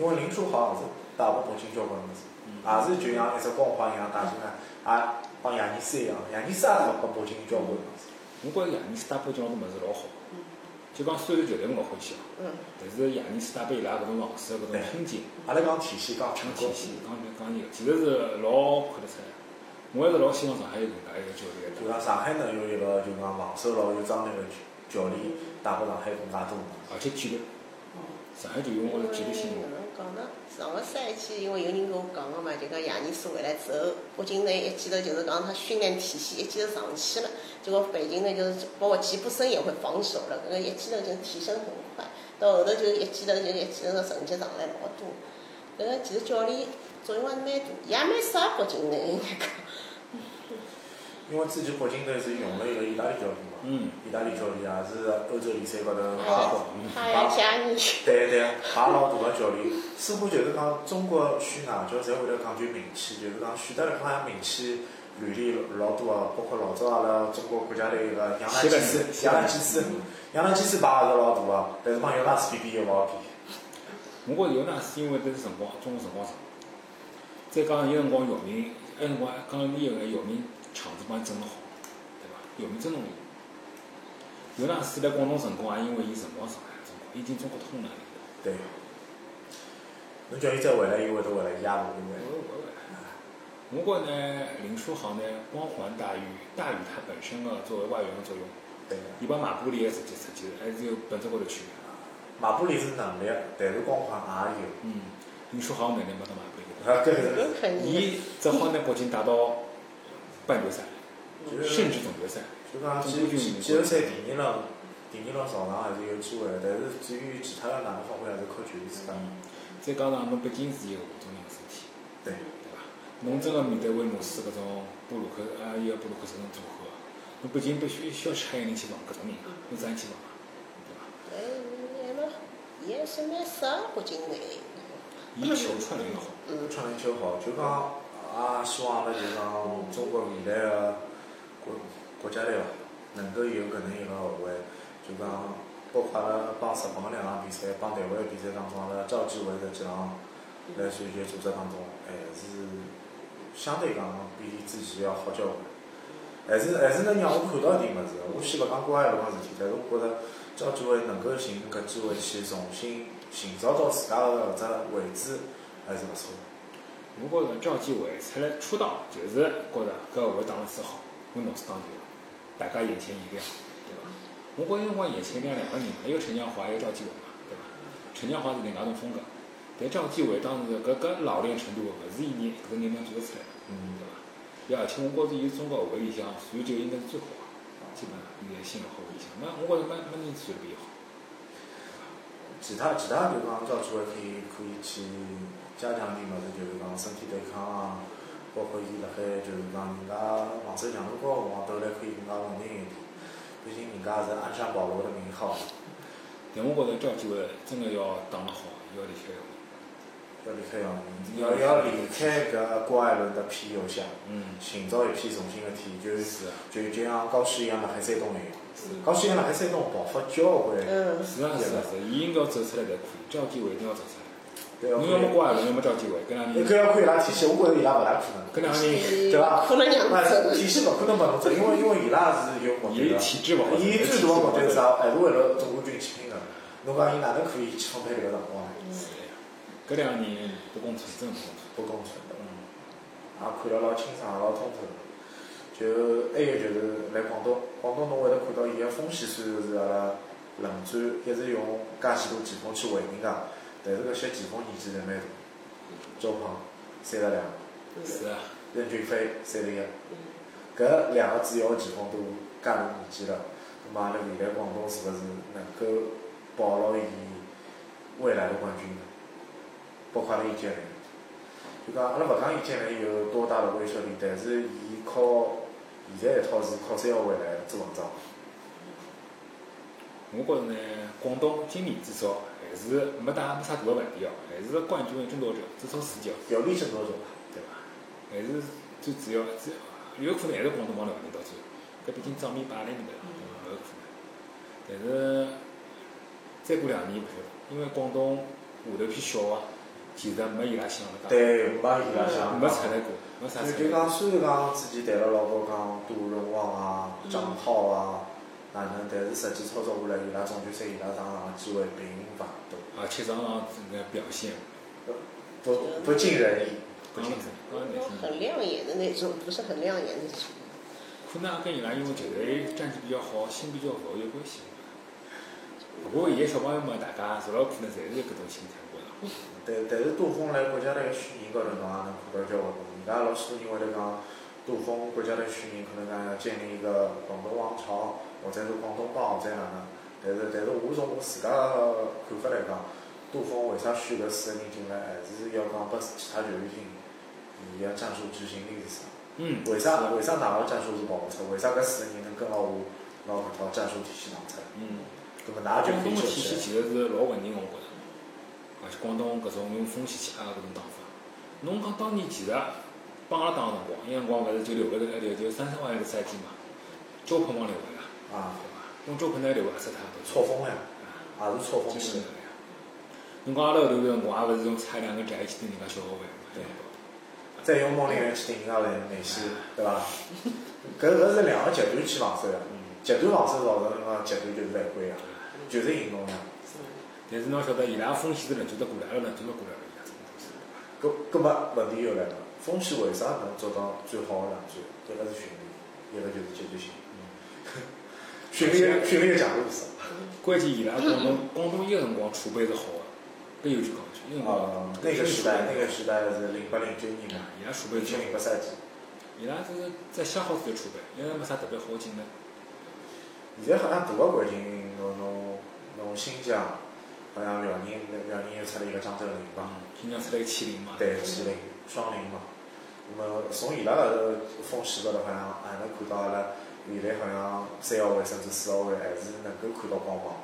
S1: 因为林书豪也是打破北京交关物事，也是就像一只光环一样打进来，也帮亚尼斯一样，亚尼斯也是帮北京交关物事。
S2: 我觉着亚尼斯搭配这种物事老好。就讲虽然球队我勿欢喜哦，
S3: 嗯，
S2: 但是亚尼斯搭配伊拉搿种老师搿种
S1: 对
S2: 拼劲。
S1: 阿拉讲体系，讲全国
S2: 讲体，系，讲讲伊个，其实是老看得出来。我还是老希望上海有搿能介一个教练
S1: 就讲上海能有一个就讲防守老有张力的教练，带拨上海更加多嘛。
S2: 而且纪律，上海球员我觉着纪律性
S3: 因为哪能讲呢？上个赛季因为有人跟我讲个嘛，就讲亚尼斯回来之后，北京队一记头就是讲他训练体系一记头上去了，结果北京队就是包括吉布森也会防守了，搿个一记头就提升很快，到后头就一记头就一记头的成绩上来老多。搿个其实教练作用还是蛮大，也蛮适合北京队应该讲。
S1: 因为之前北京队是用了一个意大利教练嘛，
S2: 嗯
S1: 意大利教练也是欧洲联赛高头
S3: 哎
S1: 排
S3: 呀
S1: 过，
S3: 哎呀，
S1: 排
S3: 加你！
S1: 对对，排老大个教练。似乎就是讲中国选外教，侪会得讲究名气，就是讲选得来好像名气原理老多个，包括老早阿拉中国国家队一个杨澜基
S2: 西本
S1: 斯，
S2: 西
S1: 杨澜
S2: 本
S1: 基斯，杨澜基斯排也是老大个，但是帮尤纳斯比比又勿好比。
S2: 我觉着尤纳是因为迭是辰光，中国辰光长。再加上有辰光姚明，埃辰光刚刚伊个姚明场子帮伊整得好，对伐？姚明真容易。尤纳斯来广东辰光，也啊因为伊辰光长，辰光已经中国通了。
S1: 对。侬叫伊再回来，伊会得回来，伊也勿会回来。
S2: 我觉着呢，林书豪呢，光环大于大于他本身个作为外援的作用。
S1: 对。
S2: 伊帮马布里也实际实际还是有本质高头区别。
S1: 马布里是能力，但是光环也有。
S2: 嗯，林书豪能力没得马布里高。
S1: 啊，搿是
S3: 搿肯定。
S2: 伊只好拿北京打到半决赛，
S1: 就是
S2: 甚至总决赛。
S1: 就讲季季季后赛第二轮，第二轮上场还是有机会的，但是至于其他的哪能发挥，还是靠球员自家。
S2: 嗯，再加上侬毕竟是一个五种人身体，
S1: 对，
S2: 对伐？侬真个面对威姆斯搿种布鲁克啊，伊个布鲁克这种组合，侬毕竟必须需要吃一个人去防搿种人啊，侬怎样去防啊？对伐？
S3: 哎，伊还蛮，伊还是蛮适合北京队。
S2: 伊球串联得好，
S1: 搿串联球好，就讲也希望阿拉就讲中国未来的国国家队伐，能够有搿能一个后卫，就讲包括阿拉帮日本两场比赛，帮台湾的比赛当中，阿拉赵继伟搿几场来算球组织当中，还是相对讲比之前要好交关。还是还是能让我看到一点物事。我先勿讲国外搿桩事体，但是我觉着赵继伟能够寻搿机会去重新寻找到自家个搿只位置，还是勿错。
S2: 我觉着赵继伟出来出道就是觉着搿后卫打了是好，我侬是打球，大家眼前一亮，对伐？我觉着辰光眼前一亮两个人嘛，一个陈江华，一个赵继伟嘛，对伐？陈江华是另外一种风格，但赵继伟当时搿搿老练程度勿是一年搿个人能做得出来的，
S1: 嗯
S2: 对伐？也而且我觉着伊是中国后卫里向算就应该是最好个，基本上现在新的后卫里向，没我觉着没没人算得比伊好。
S1: 其他其他就是讲交关可以可以去加强点物事，就是讲身体对抗啊，包括伊辣海就是讲人家防守强度高个辰光，投篮可以更加稳定一点。毕竟人家是鞍山保罗的名号，
S2: 但我觉着赵继伟真个要打得好，要离开后卫。
S1: 要离开姚明，要要离开搿郭艾伦的庇佑下，
S2: 嗯，
S1: 寻找一片重新的体，就是
S2: 啊，
S1: 就就像高旭一样辣海山东一样，
S2: 是啊。
S1: 高旭一样辣海山东爆发交关，
S3: 嗯，
S2: 是啊是啊是啊，伊应该走出来才可以，赵继伟一定要走出来。
S1: 对要
S2: 侬要么
S1: 看，
S2: 郭艾伦，要么赵继伟，搿两
S1: 你
S2: 个人，
S1: 搿要看伊拉体系，我觉着伊拉勿大可能。
S2: 搿两个人，
S1: 对伐
S3: 可能两
S1: 那
S3: 次，
S1: 体系勿可能拨侬走，因为因为伊拉是有目
S2: 伊
S1: 的的。
S2: 是体质勿好，
S1: 伊最大个目的是啥？还是为了总冠军去拼个。侬讲伊哪能可以去分配迭个辰光？
S2: 是的呀。搿两个人不共存，真的不共存。
S1: 不公平的，
S2: 嗯，
S1: 也看了老清爽，老通透。就还有就是来广东，广东侬会得看到伊个风险虽然是阿拉轮转，一直用介许多前锋去回人家，但是搿些前锋年纪侪蛮大，周鹏三十两，
S2: 是啊，
S1: 任俊飞三十一，搿两个主要前锋都介大年纪了，那么阿拉未来广东是勿是能够保牢伊未来的冠军呢？包括阿拉易建联，就讲阿拉勿讲易建联有多大的威慑力，但是伊靠现在一套是靠三号位来做文章，
S2: 我觉着呢，广东今年至少还是没大没啥大个问题哦，还是冠军的争夺者，至少四强，
S1: 有力争夺者吧。
S2: 对伐？还是最主要，最有可能还是广东帮辽宁到最后，搿毕竟账面摆辣埃面搭，对伐嗯有可能。但是再过两年勿晓得，因为广东下头偏小啊，其实没伊拉想了介，
S1: 对，没伊拉想
S2: 没出来过，没啥出
S1: 就
S2: 来
S1: 讲，
S2: 过。
S1: 虽然讲之前谈了老多讲杜润旺啊、张浩啊，哪能，但是实际操作下来，伊拉总决赛伊拉上场的机会并勿多，
S2: 而且啊上场那表现，
S1: 不不尽人意。
S2: 不
S1: 嗯
S2: 清楚，讲难听点。
S3: 很亮眼的那种，不是很亮眼的球员。
S2: 可能也跟伊拉因为球队战绩比较好，心比较浮有关系。不过现在小朋友们，大家除了可能侪是搿种心态，我觉着。
S1: 但但是杜锋来国家队训练高头，侬也能看到交关东西。人家老许多人会得讲，杜锋国家队训练可能讲要建立一个广东王朝，或者是广东帮，或者哪能。但是但是我从我自家个看法来讲，杜锋为啥选搿四个人进来，还是要讲拨其他球员听，伊个战术执行力是啥？啊
S2: 嗯，
S1: 为啥为啥哪个战术是跑勿出？为啥搿四个人能跟牢我拿搿套战术体系打出来？
S2: 嗯。
S1: 葛末㑚就
S2: 广
S1: 可以
S2: 东个
S1: 去
S2: 体系
S1: 学习。
S2: 其实是老稳定个，我觉着。而且广东搿种用风险去压搿种打法，侬讲当年其实帮阿拉打个辰光，伊辰光勿是就留个留就三三万一个赛季嘛，周鹏帮留个啦，
S1: 啊
S2: 对，伐？用周鹏来留个死他都
S1: 错峰呀，
S2: 啊，
S1: 也是错峰
S2: 真
S1: 线
S2: 是。个呀。侬讲阿拉后头个辰光，也勿是用差两个宅去对人家小后卫嘛，对伐？
S1: 再用梦里人去顶人家来内线，对伐？搿搿是两个嗯极端去防守呀，极端防守造成个极端就是犯啊规呀，就是赢侬呀。
S2: 但是侬要晓得，伊拉风险是轮转得过来，阿拉轮转得过来而已啊，真的是。
S1: 搿搿么问题又来了，风险为啥能做到最好的两转？一个是训练，一个就是嗯积极性。 训练训练强度是啥？
S2: 关键伊拉广东广东伊个辰光储备是好啊个，搿有句讲句，伊个辰光
S1: 啊，那个时代那个时代是零八零九年嘛，
S2: 伊拉储备
S1: 零
S2: 是
S1: 七
S2: 好
S1: 零八赛季。
S2: 伊拉就是在消耗自己的储备，因为没啥特别好的进的。
S1: 现在好像大个环境，侬侬侬新疆，好像辽宁辽宁又出了一个漳州零吧。
S2: 新疆出来个七零嘛，
S1: 对，麒麟双麟嘛。那么从伊拉搿头风险高头，好像也能看到阿拉未来好像三号位甚至四号位还是能够看到光芒。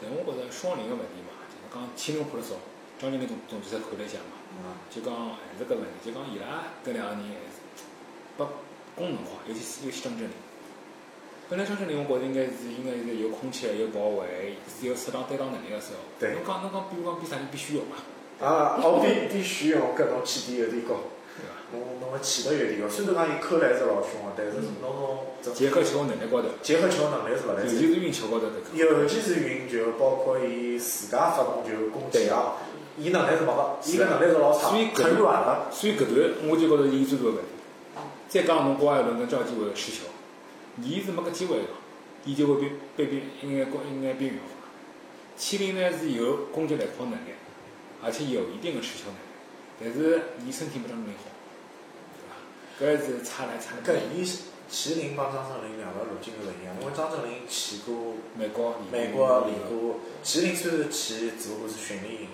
S2: 但我觉着双零个问题嘛，就是讲七零看得少，张琳个总总决赛看了一下嘛，
S1: 嗯，
S2: 就讲还是搿问题，就讲哎伊拉搿两个人还是不功能化，尤其是尤其张镇麟，本来相信里，我觉着应该是应该是有空气，有跑位，是有适当担当能力个时候。
S1: 对
S2: 侬讲侬讲，比如讲比啥人必须有嘛，
S1: 啊，哦，必必须哦，搿侬起点有点高，
S2: 对伐？
S1: 侬侬个起得有点高。虽然讲伊扣篮是老凶个，但是侬侬这
S2: 结合球能力高头，
S1: 结合球能力是勿来
S2: 尤
S1: 塞
S2: 其是运球高头搿个。
S1: 尤其是运球，包括伊自家发动球攻击啊，伊能力是没个，伊
S2: 是
S1: 搿能力是老差，
S2: 所以搿
S1: 很软了。
S2: 所以搿段我就觉着伊最大个问题。再讲侬高艾伦跟张继伟失球，伊是没搿机会个，伊就会被被被应该攻应该边缘化。千灵呢是有攻击篮跑能力，而且有一定的持球能力，但是伊身体没张能力好，对伐？搿是差来差
S1: 搿
S2: 来
S1: 伊麒麟帮张镇麟两个路径是勿一样，因为张镇麟去过
S2: 美国
S1: 美国练过，麒麟虽然去，只不过是训练营，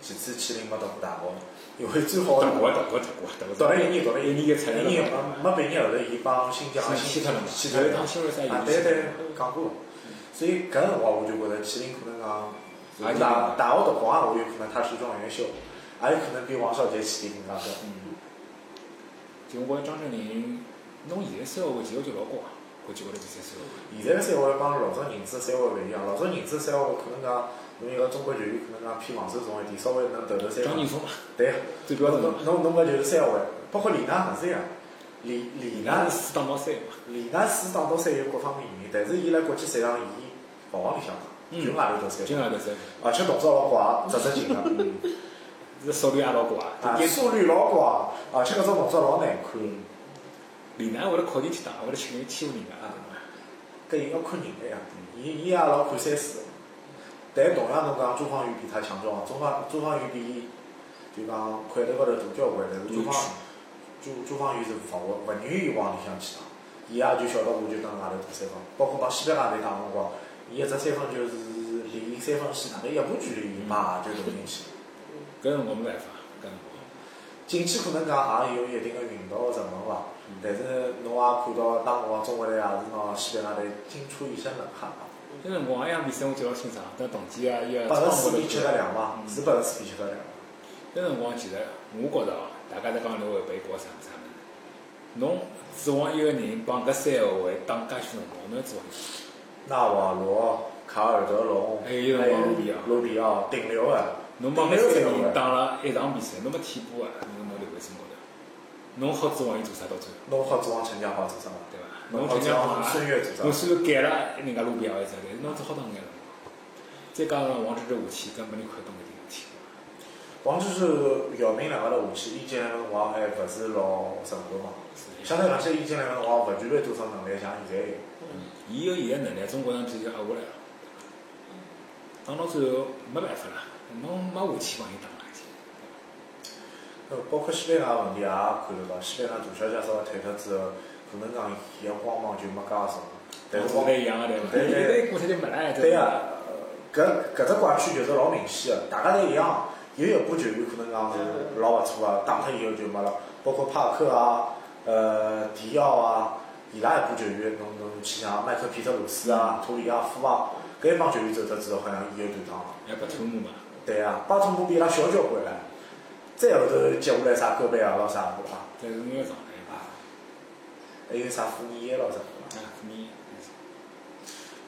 S1: 其次麒麟没读过大学，因为最好
S2: 德
S1: 的
S2: 国德国德国德国，
S1: 读了一年，读了一
S2: 一
S1: 年，
S2: 年就出来了
S1: 一年没没毕业后头，伊帮新疆
S2: 去脱了嘛？
S1: 去脱
S2: 有一
S1: 了
S2: 趟。新锐赛
S1: 啊，
S2: 有
S1: 对对，讲过。所以搿辰光我就觉得麒麟可能讲，大大学读光我有可能他是状元秀，也有可能比王小杰起点更加高。
S2: 嗯，就我觉着张镇麟，侬现在三号位其实就老高啊，我就觉着比赛三号位。
S1: 现在的三号帮老早认知的三号勿一样，啊老早认知的三号可能讲，侬一个中国球员可能讲偏防守重一点，稍微能投投三
S2: 张
S1: 分
S2: 劲。松嘛，
S1: 对呀，
S2: 最标
S1: 侬
S2: 准的嘛。
S1: 侬侬搿就是三号，包括李娜也是一样，李李
S2: 李
S1: 娜
S2: 娜是四打到三嘛，
S1: 李娜是打到三有各方面原因，但是伊辣国际赛场伊勿往里向打，就外头投三
S2: 今
S1: 分，
S2: 朝得三，
S1: 而且动作老怪，直直进个。
S2: 这手率也老高啊。
S1: 啊，速率老高，而且搿种动作老难看，
S2: 李娜会得靠进去打，会得欺欺负人家啊。
S1: 搿伊要看人的呀，伊伊也老看三四。但同样侬讲朱芳雨比他强壮，啊朱芳朱芳雨比伊就讲块头高头大交关，但是朱芳朱朱芳雨是勿勿勿愿意往里向去打，伊也就晓得我就蹲外头打三分，包括帮西班牙队打辰光，伊一只三分就是离三分线哪能一步距离，伊嘛就投进去了。
S2: 搿辰光没办法，搿辰光。
S1: 进去可能讲也有一定的运道的成分伐，但是侬也看到，当辰光中国队也是拿西班牙队惊出一身冷汗嘛，
S2: 搿辰光埃样比赛我记得老清爽，搿动机啊，伊个
S1: 八
S2: 操
S1: 十四
S2: 作都
S1: 比七十两嘛，
S2: 嗯
S1: 是八十四比七十两。
S2: 搿辰光其实我觉着哦，大家在讲刘伟被告啥啥物事，侬指望一个人帮搿三个位打介许辰光，侬要指望伊
S1: 纳瓦罗、卡尔德隆，
S2: 还有一个辰光哎卢比奥
S1: 卢比奥顶流哎的，
S2: 侬帮搿三个人打了一场比赛，侬没替补啊，侬拿刘伟身高头，侬好指望伊做啥到最后，
S1: 侬好指啊望陈家华做啥嘛？
S2: 对伐？
S1: 侬
S2: 侬
S1: 好
S2: 就
S1: 指
S2: 像
S1: 望孙悦做啥？
S2: 侬虽然改了人家路边也一只，但是侬只好当眼了。再加上王治郅下去，根本就看懂搿点事体。
S1: 王治郅、姚明两个头下去，伊进来个辰光还勿是老成功嘛。相对来说，伊进来个辰光勿具备多少能力，像现在一样。
S2: 伊有伊个能力，中国人直接压下来了。打到最后没办法了，侬没下去帮伊打了已经。
S1: 呃，包括西班牙问题也看得到，西班牙大小姐稍微退脱之后，可能讲伊个光芒就没加重，但是
S2: 我
S1: 光
S2: 们一样个对伐？
S1: 对对
S2: 现在过去就没了。
S1: 对啊，搿搿只怪区就是老明显个，大家侪一样，有一部球员可能讲是老勿错啊个，打脱以后就没了，包括帕克啊，呃，迪奥啊，伊拉一部球员，侬侬去像麦克皮特鲁斯啊、图里亚夫啊，搿一帮球员走脱之后，好像伊有断档了。
S2: 还不吐沫嘛？
S1: 对啊，巴图姆比伊拉小交关唻，再后头接下来啥戈贝尔咯啥对伐？
S2: 但是侬要上来
S1: 啊，
S2: 嘛？
S1: 还有啥福尼耶咯啥个
S2: 啊，你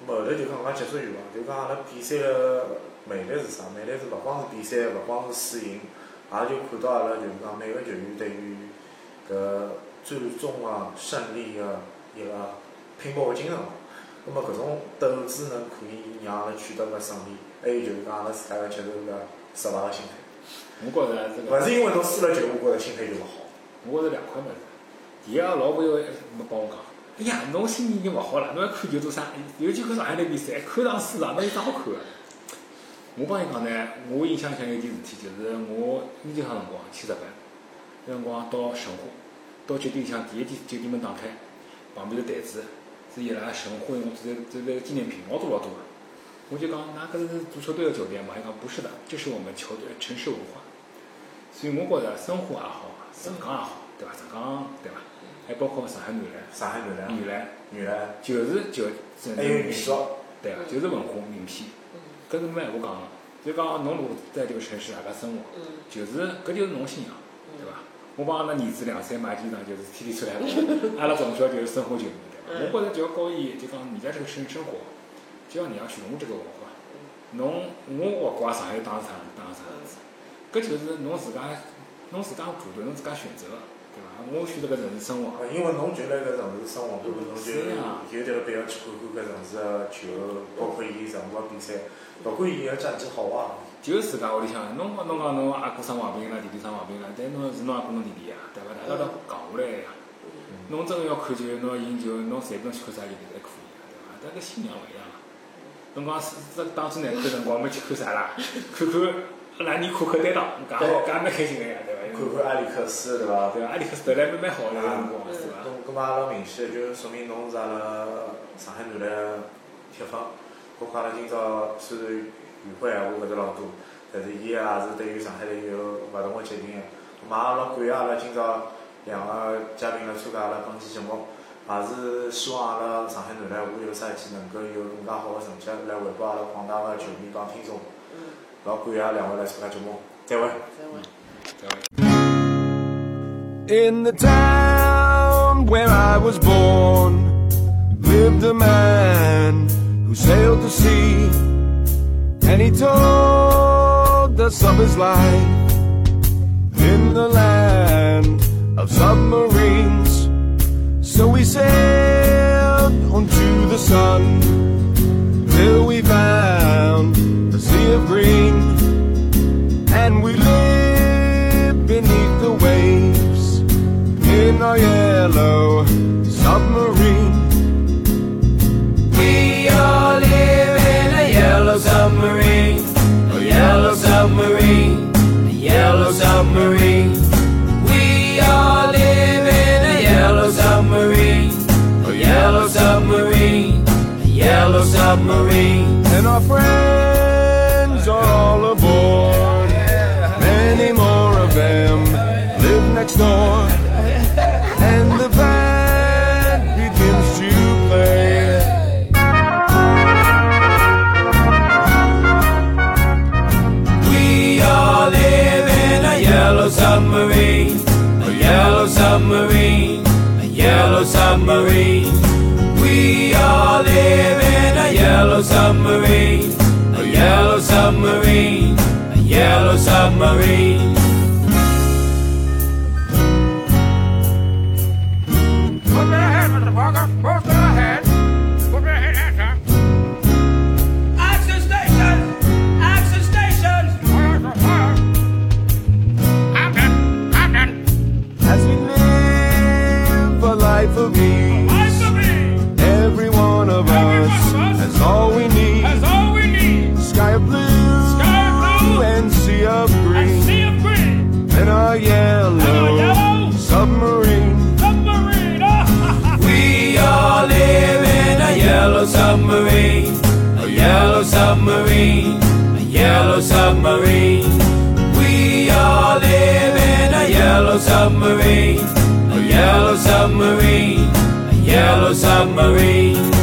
S1: 嘛。后头就讲讲结束欲望，就讲阿拉比赛个魅力是啥？魅力是勿光是比赛，勿光是输赢，也就看到阿拉就是讲每个球员对于搿最终个胜利个一个拼搏个精神嘛。那么搿种斗志能可以让阿拉取得个胜利，还有就是讲阿拉自家个接受个失败个心态。
S2: 我觉着这
S1: 勿
S2: 个，
S1: 是因为侬输了球，我觉着心态就勿好。
S2: 我觉着两块物事。伊个老婆又没帮我讲。哎呀，侬心情已经勿好了，侬还看球做啥？尤其看上海队比赛，看场输场，侬有啥好看个？我帮伊讲呢，我印象像有一件事体，就是我一九趟辰光去日本，那辰光到神户，到酒店里向第一天酒店门打开，旁边是台子，是伊拉神户用这这这个纪念品，老多老多个。我就讲，那搿是足球队的酒店嘛？伊讲不是的，这是我们球队城市文化。所以我觉着生活也好，上港也好，对伐？上港对伐？还包括上海男篮、
S1: 上海男篮，
S2: 女篮，
S1: 女篮，
S2: 就是就
S1: 还有女
S2: 民
S1: 足
S2: 俗，，对伐？就是文化名片，搿是没闲话讲个。就讲侬如果在这个城市大家生活，
S3: 嗯，
S2: 就是搿就是侬信仰，对伐？我帮阿拉儿子两岁买衣裳，就是天天穿，阿拉从小就是生活就有，对伐？我觉着就要教伊就讲人家这个生生活，就要让寻我这个文化。侬我学怪上海打啥打啥样子，搿就是侬自家侬自家判断，侬自家选择，对伐？我选择搿城市生活，
S1: 啊，因为侬就辣搿城市生活，搿么侬就是
S2: 呀
S1: 有迭个必要去看看搿城市个球，包括伊场高比赛，勿管伊个战绩好啊，
S2: 就是自家屋里向。侬侬讲侬阿哥生坏病啦，弟弟生坏病啦，但侬是侬阿哥侬弟弟呀，对伐？大家都讲下来呀。侬真个要看球，侬要赢球，侬随便去看啥球队侪可以呀，对伐？但搿信仰勿一样啊。侬讲是这当初难看辰光，没去看啥啦？看看阿拉尼可可担当，搿也好搿也蛮开心个呀，对伐？因为
S1: 看看阿里克斯对伐？
S2: 对伐？阿里克斯投篮蛮蛮好的，那辰光是伐？
S1: 侬搿么阿拉明显就是说明侬是阿拉上海男篮铁粉，包括阿拉今朝虽然愉快闲话勿是老多，但是伊也是对于上海队有勿同个决定个。咾么也老感谢阿拉今朝两个嘉宾来参加阿拉本期节目，也是希望阿拉上海男篮下个赛季能够有更加好个成绩来回报阿拉广大个球迷帮听众。老感谢两位来参加节目，再会。
S3: 再会。
S2: 对伐？
S4: In the town where I was born lived a man who sailed to sea and he told us of his life in the land of submarines. So we sailed onto the sun till we found the sea of green and we live beneath the waves in our yellow submarine. We all live in a yellow submarine, a yellow submarine, a yellow submarine. We all live in a yellow submarine, a yellow submarine, a yellow submarine. And our friends are all aboard. Many more of them live next door. And the band begins to play. We all live in a yellow submarine, a yellow submarine, a yellow submarine. We all live in a yellow submarine, a yellow submarine, a yellow submarine. Put their head, motherfucker. Put their head. Put their head, answer. Action station! Action station! I'm done. I'm done. As we live a life of ease, every one of us has all we need. Sky blue, and sea of green, and our yellow, submarine. Uh-huh. We all live in a yellow submarine, a yellow submarine, a yellow submarine. We all live in a yellow submarine, a yellow submarine, a yellow submarine.